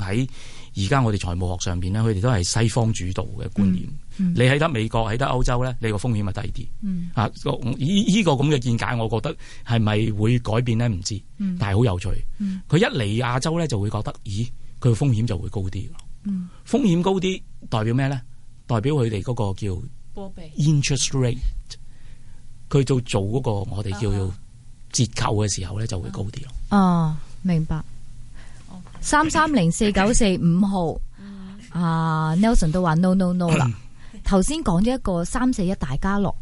喺而家我哋財務學上邊咧，佢哋都係西方主導嘅觀念。嗯你喺得美國，喺得歐洲咧，你個風險係低嗯啲。啊，個依依個咁嘅見解，我覺得係咪會改變咧？唔知，嗯但係好有趣嗯。佢一嚟亞洲咧，就會覺得，咦，佢佢嘅風險就會高啲咯。嗯風險高啲代表咩咧？代表佢哋嗰個叫波比 interest rate，佢做做嗰個我哋叫做折扣嘅時候咧就會高啲咯。哦，明白。三三零四九四五號，嗯啊 Nelson 都話 no no no 啦。頭先講咗一個三四一大家樂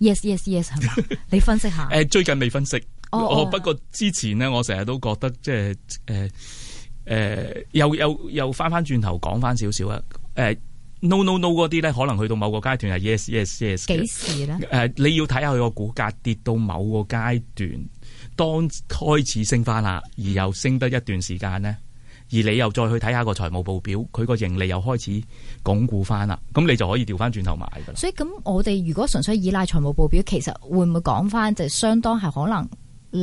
，yes yes yes 係 嘛？你分析下。誒、最近未分析，哦我哦不過之前咧，我成日都覺得即係誒誒，又又又翻翻轉頭講翻少少啊，誒、no no no 嗰啲咧，可能去到某個階段係 yes yes yes 嘅幾時啊咧？誒、你要睇下佢個股價跌到某個階段，當開始升翻啦，而又升得一段時間呢，而你又再去睇下個財務報表，佢個盈利又開始鞏固翻啦，咁你就可以調翻轉頭買噶啦。所以咁，我哋如果純粹依賴財務報表，其實會唔會講翻就相當係可能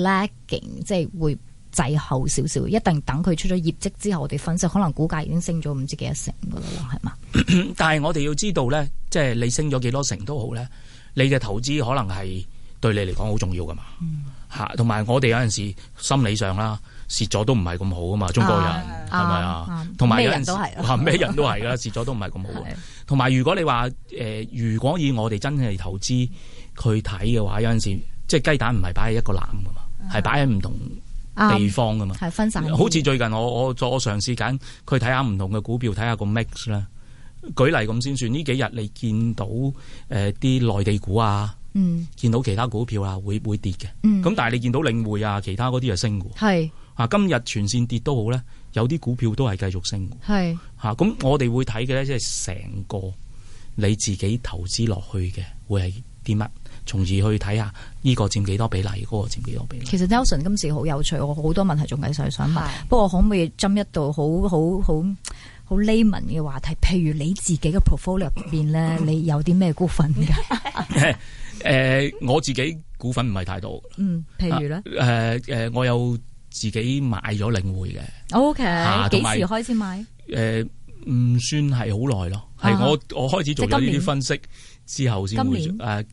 lagging，即係會滯後少少，一定等佢出咗業績之後，我哋分析可能股價已經升咗唔知幾多成噶啦喎，係嘛？但係我哋要知道呢，即係你升咗幾多成都好呢，你嘅投資可能係對你嚟講好重要噶嘛。嗯嚇、同埋我哋有陣時心理上啦，蝕咗都唔係咁好啊嘛，中國人係咪啊？啱同埋咩有人陣時都係啊嚇咩人都係噶啦，蝕咗都唔係咁好啊。係同埋如果你話誒、呃如果以我哋真係投資去睇嘅話，有陣時即係雞蛋唔係擺喺一個籃噶嘛，啊係擺喺唔同地啱，方噶嘛。啊係分散。好似最近我我我我嘗試緊佢睇下唔同嘅股票，睇下個 mix 啦。舉例咁先算，呢幾日你見到誒啲、內地股啊，嗯見到其他股票啊，會會跌嘅。咁、嗯，但係你見到領匯啊，其他嗰啲係升嘅喎。係啊，今日全線跌都好咧，有啲股票都係繼續升嘅喎。係嚇，咁、我哋會睇嘅咧，即係成個你自己投資落去嘅會係啲乜，從而去睇下呢個佔幾多比例，嗰、個佔幾多比例。其實 Nelson 今次好有趣，我好多問題仲繼續想問係，不過可唔可以針一度好好好好 layman 嘅話題？譬如你自己嘅 portfolio 入邊 咧，你有啲咩股份㗎？誒、呃我自己股份唔係太多。嗯，譬如咧誒誒、呃我有自己買咗領匯嘅， ，O K，啊幾同埋時開始買？誒、呃唔算係好耐咯，係、啊哈我我開始做咗即係呢今年啲分析之後先會今年啊誒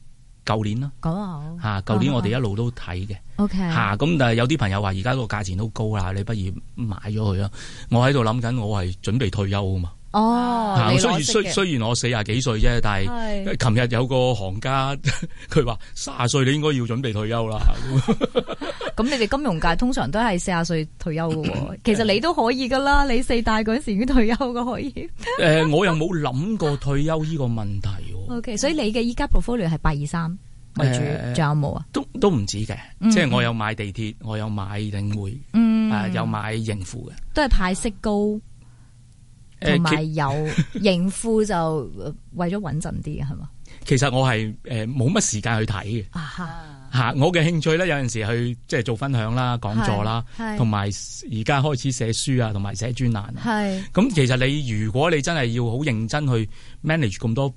舊年啦講下好嚇，舊年我哋一路都睇嘅 O K，嚇，咁但係有啲朋友話而家個價錢都高啦，你不如買咗佢啦。我喺度諗緊，我係準備退休啊嘛。哦，你啊雖攞然息雖嘅哦雖然我四廿幾歲啫，但係。係 琴日有個行家， 佢話卅歲你應該要準備退休啦。 咁，你哋金融界通常都係四十歲退休嘅嗯喎，其實你都可以噶啦，你四大嗰陣時已經退休嘅可 以。誒、我又冇諗過退休呢個問題喎。 O K，所以你嘅依家 portfolio 係八二三為主，誒仲有冇啊？都都唔止嘅，嗯即係我有買地鐵，我有買領匯，嗯，誒啊有買盈富嘅。都係派息高。同埋誒有 盈富就呃為咗穩陣啲嘅係嘛？其其實我係誒冇乜時間去睇嘅啊哈，嚇，我嘅興趣咧有陣時去即係做分享啦、講座啦，係同埋而家開始寫書啊，同埋寫專欄啊。係咁其實你如果你真係要好認真去 manage 咁多，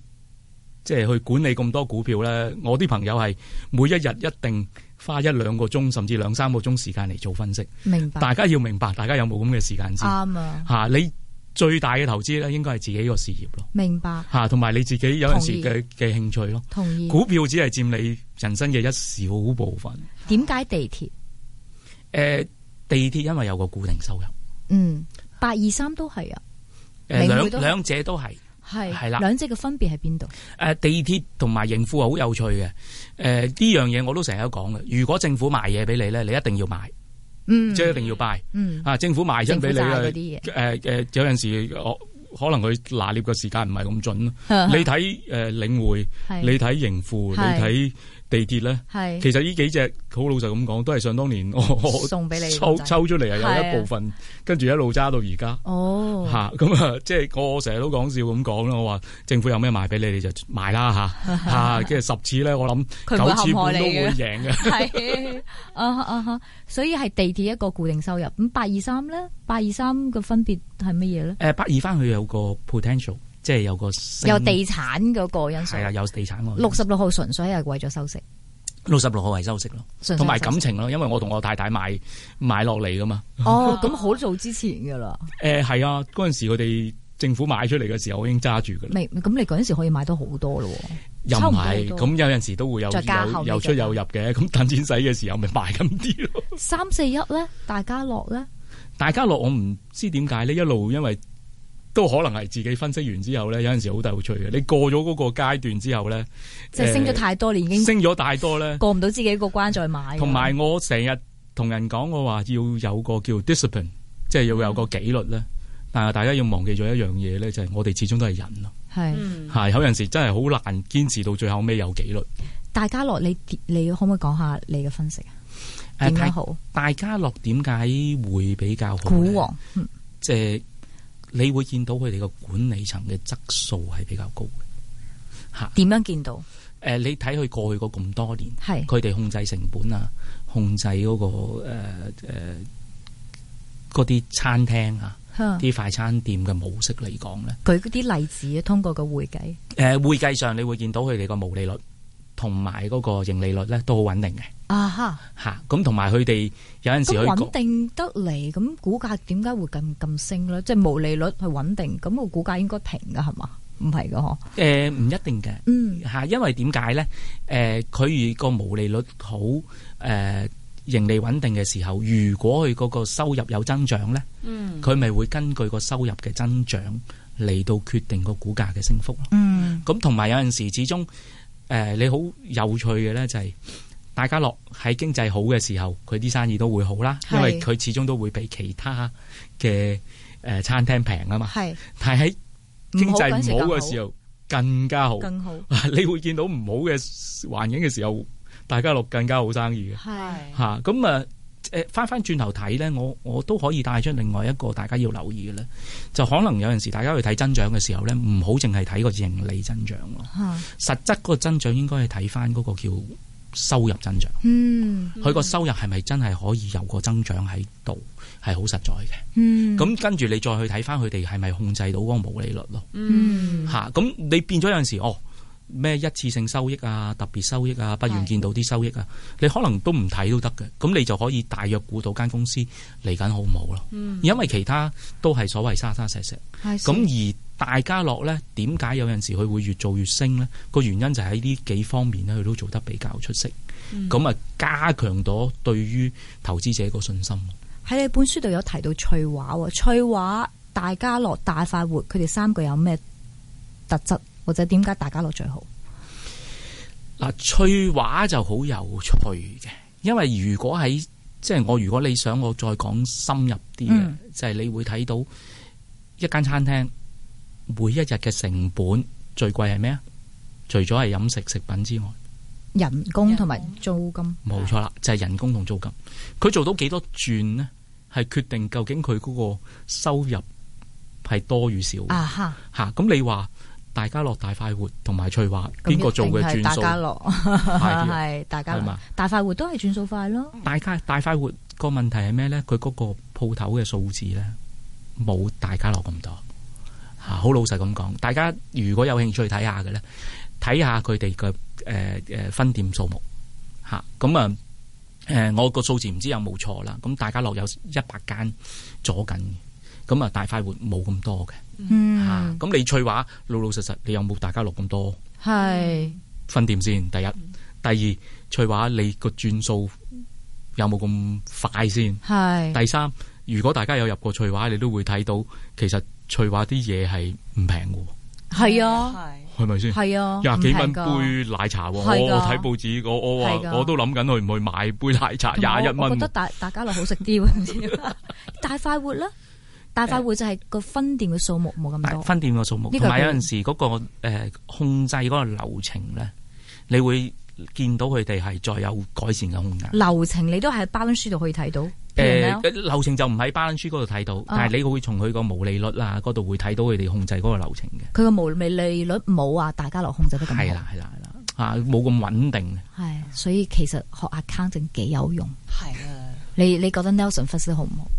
即係去管理咁多股票咧，我啲朋友係每一日一定花一兩個鐘，甚至兩三個鐘時間嚟做分析。明白大家要明白，大家有冇咁嘅時間先嚇、啱啊，你最大嘅投資咧，應該係自己個事業咯明白嚇，同埋你自己有陣時同嘅嘅興趣咯。同意。股票只係佔你人生嘅一小部分。誒、點解地鐵？地鐵因為有個固定收入，誒、嗯，八二三都係啊，領匯兩都係兩者都係。係係啦兩者嘅分別喺邊度？誒、地鐵同埋盈富係好有趣嘅，誒呢樣嘢我都成日都講嘅。如果政府賣嘢俾你咧，你一定要買，嗯，即係一定要 buy 嗯啊！政府賣政府親俾你債啊嗰啲嘢誒誒，有陣時我可能佢拿捏嘅時間唔係咁準咯。啊你睇誒領匯，係你睇盈富，你係睇地鐵咧，係其實呢幾隻好老實咁講，都係想當年我我 送俾你抽老仔抽出嚟係係啊有一部分，跟住一路揸到而家。哦，吓咁啊！即係我成日都講笑咁講啦，我話政府有咩賣俾你，你就賣啦 吓吓，跟住十次咧，我諗佢唔會九次陷害半你都會嘅。贏嘅。係 啊哈啊哈，所以係地鐵一個固定收入。咁八二三咧，八二三嘅分別係乜嘢咧？誒，百二翻去有個 potential，即係有個升有地產嗰個因素係。啊，有地產六六十六號純粹係為咗收息，六十六號係收息咯，純粹係同埋收息感情咯，因為我同我太太買買落嚟噶嘛。哦， 咁好早之前噶啦，誒係啊，嗰陣時佢哋政府買出嚟嘅時候，我已經揸住噶啦。明咁你嗰陣時可以買到好多咯喎，又抽唔唔係到好多咁有陣時都會有再加後有面有 出有入嘅，咁等錢使嘅時候咪賣咁啲咯。三四一咧，大家樂咧，大家樂我唔知點解呢，一路因為都可能係自己分析完之後呢，有陣時好有趣嘅。你過咗嗰個階段之後呢，即係升咗太多年，已經啊升咗大多 呢。過唔到自己個關再買。同埋我成日同人講，我話要有個叫 discipline，即係要有個紀律咧。但係大家要忘記咗一樣嘢咧，就係、我哋始終都係人咯，係 Ừ. 嗯，係有陣時真係好難堅持到最後尾有紀律。大家樂，你你可唔可以講下你嘅分析啊？點樣大好？大家樂點解會比較好呢股王，嗯即係你會見到佢哋個管理層嘅質素係比較高嘅。嚇誒、點樣見到？你睇佢過去嗰咁多年。係佢哋控制成本啊，控制嗰、個誒誒嗰啲餐廳啊，哼啲快餐店嘅模式嚟講咧，舉嗰啲例子，啊通過個會計誒、會計上你會見到佢哋個毛利率同埋嗰個盈利率咧都好穩定嘅啊哈。嚇，咁同埋佢哋有陣時咁佢穩講定得嚟，咁股價點解會咁咁升咧？即係毛利率係穩定，咁個股價應該平噶係嘛？唔係噶嗬？誒唔一定嘅嗯，嚇，因為點解咧？誒佢如個毛利率好誒、盈利穩定嘅時候，如果佢嗰個收入有增長咧，嗯，佢咪會根據個收入嘅增長嚟到決定個股價嘅升幅咯。嗯，咁同埋有陣時，始終誒、呃你好有趣嘅咧，就係、大家樂喺經濟好嘅時候，佢啲生意都會好啦，係因為佢始終都會比其他嘅誒、呃餐廳平啊嘛。係但係喺經濟唔好嗰嘅陣時候更加好，更好， 你會見到唔好嘅環境嘅時候，大家樂更加好生意嘅係嚇。咁啊誒翻翻轉頭睇咧，我我都可以帶出另外一個大家要留意嘅咧，就可能有陣時大家去睇增長嘅時候咧，唔好淨係睇個盈利增長咯。嚇實質嗰個增長應該係睇翻嗰個叫收入增長，嗯佢個、收入係咪真係可以有個增長喺度，係好實在嘅。嗯咁、跟住你再去睇翻佢哋係咪控制到嗰個毛利率咯 Ừ. 嗯嚇。咁、你變咗有陣時哦。咩一次性收益啊、特別收益啊、不願見到啲收益啊，你可能都唔睇都得嘅，咁你就可以大約估到間公司嚟緊好唔好咯。因為其他都係所謂沙沙石石。係咁而大家樂呢，點解有陣時佢會越做越升呢？個原因就喺呢幾方面呢，佢都做得比較出色。咁啊、加強咗對於投資者個信心。喺你本書度有提到翠華喎，翠華、大家樂、大快活，佢哋三個有咩特質，或者點解大家樂最好？嗱，翠華就好有趣嘅，因為如果喺即係我如果你想我再講深入啲嘅，嗯就係你會睇到一間餐廳每一日嘅成本最貴係咩啊？除咗係飲食食品之外。人工同埋租金，冇錯啦，就係、人工同租金。佢做到幾多轉呢？係決定究竟佢嗰個收入係多與少啊哈！嚇。咁、你話大家樂、大快活同埋翠華咁邊個做嘅一定係轉大數家樂快啲啊？ 係大家係樂嘛，大快活都係轉數快咯。大家大快活個問題係咩呢？佢嗰個鋪頭嘅數字呢，冇大家樂咁多嚇。好老實咁講，大家如果有興趣睇下嘅呢，睇下佢哋嘅誒誒分店數目嚇。咁啊誒，我個數字唔知有冇錯啦。咁大家樂有一百間左緊嘅，咁啊大快活冇咁多嘅嚇。嗯，啊咁、你翠華老老實實，你有冇大家樂咁多？係分店先，第一，第二，翠華你個轉數有冇咁快先？係第三，如果大家有入過翠華，你都會睇到其實翠華啲嘢係唔平嘅喎，係啊，係咪先？係啊，嗯廿幾蚊唔平㗎。杯奶茶喎，我係㗎我睇報紙，我我係話㗎我都諗緊去唔去買杯奶茶同埋廿一我我覺蚊得喎，大大家樂好食啲喎，唔知點 解大快活啦，大快活就係個分店嘅數目冇咁但多，分店個數目，呢個同埋佢有陣時嗰個誒控制嗰個流程咧，你會見到佢哋係再有改善嘅空間。流程你都係喺包文書度可以睇到。誒 P&L 呃流程就唔喺 balance sheet 嗰度睇哦到，但係你會從佢個毛利率啊嗰度會睇到佢哋控制嗰個流程嘅。佢個毛利率冇啊，大家樂控制得咁係好啦，，係啦，係啦，啊冇咁穩定。係，所以其實學 accounting 幾有用。系啊，你你覺得 Nelson 分析得好唔好？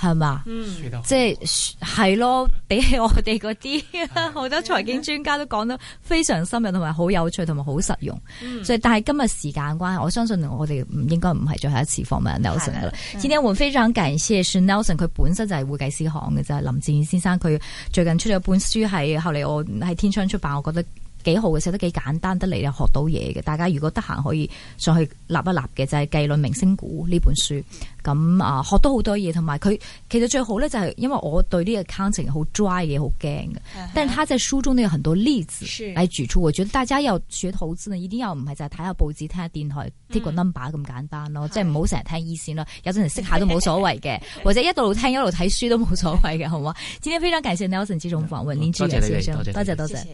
係嘛？學到即係係咯，比起我哋嗰啲 好多財經專家都講得非常深入，同埋好有趣，同埋好實用。嗯所以但係今日時間關係，我相信我哋唔應該唔係最後一次訪問 Nelson 噶啦。今天我們非常感謝是 Nelson，佢本身就係會計師行嘅啫。林志遠先生佢最近出咗本書，係後嚟我喺天窗出版，我覺得。幾好嘅，寫得幾簡單得嚟，又學到嘢嘅。大家如果得閒可以上去立一立嘅，就係《計論明星股》呢本書。咁啊，學到好多嘢，同埋佢其實最好咧，就係因為我對呢個 accounting 好 dry 嘅，好驚嘅。但係他在書中呢有很多例子是嚟舉哎出，我覺得大家又學投資呢，一定要唔係就係睇下報紙、聽下電台、嗯貼個 number 咁簡單咯，即係唔好成日聽 E 線咯，有陣時識下都冇所謂 嘅，或者一路聽一路睇書都冇所謂嘅，好唔好？今天非常感謝 Nelson 接受我們訪問，林志多遠謝你哋先生，嗯多謝多謝你哋多謝。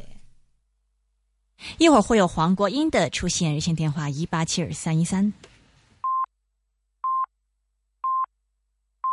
一会儿会有黄国英的出现，热线电话一八七二三一三。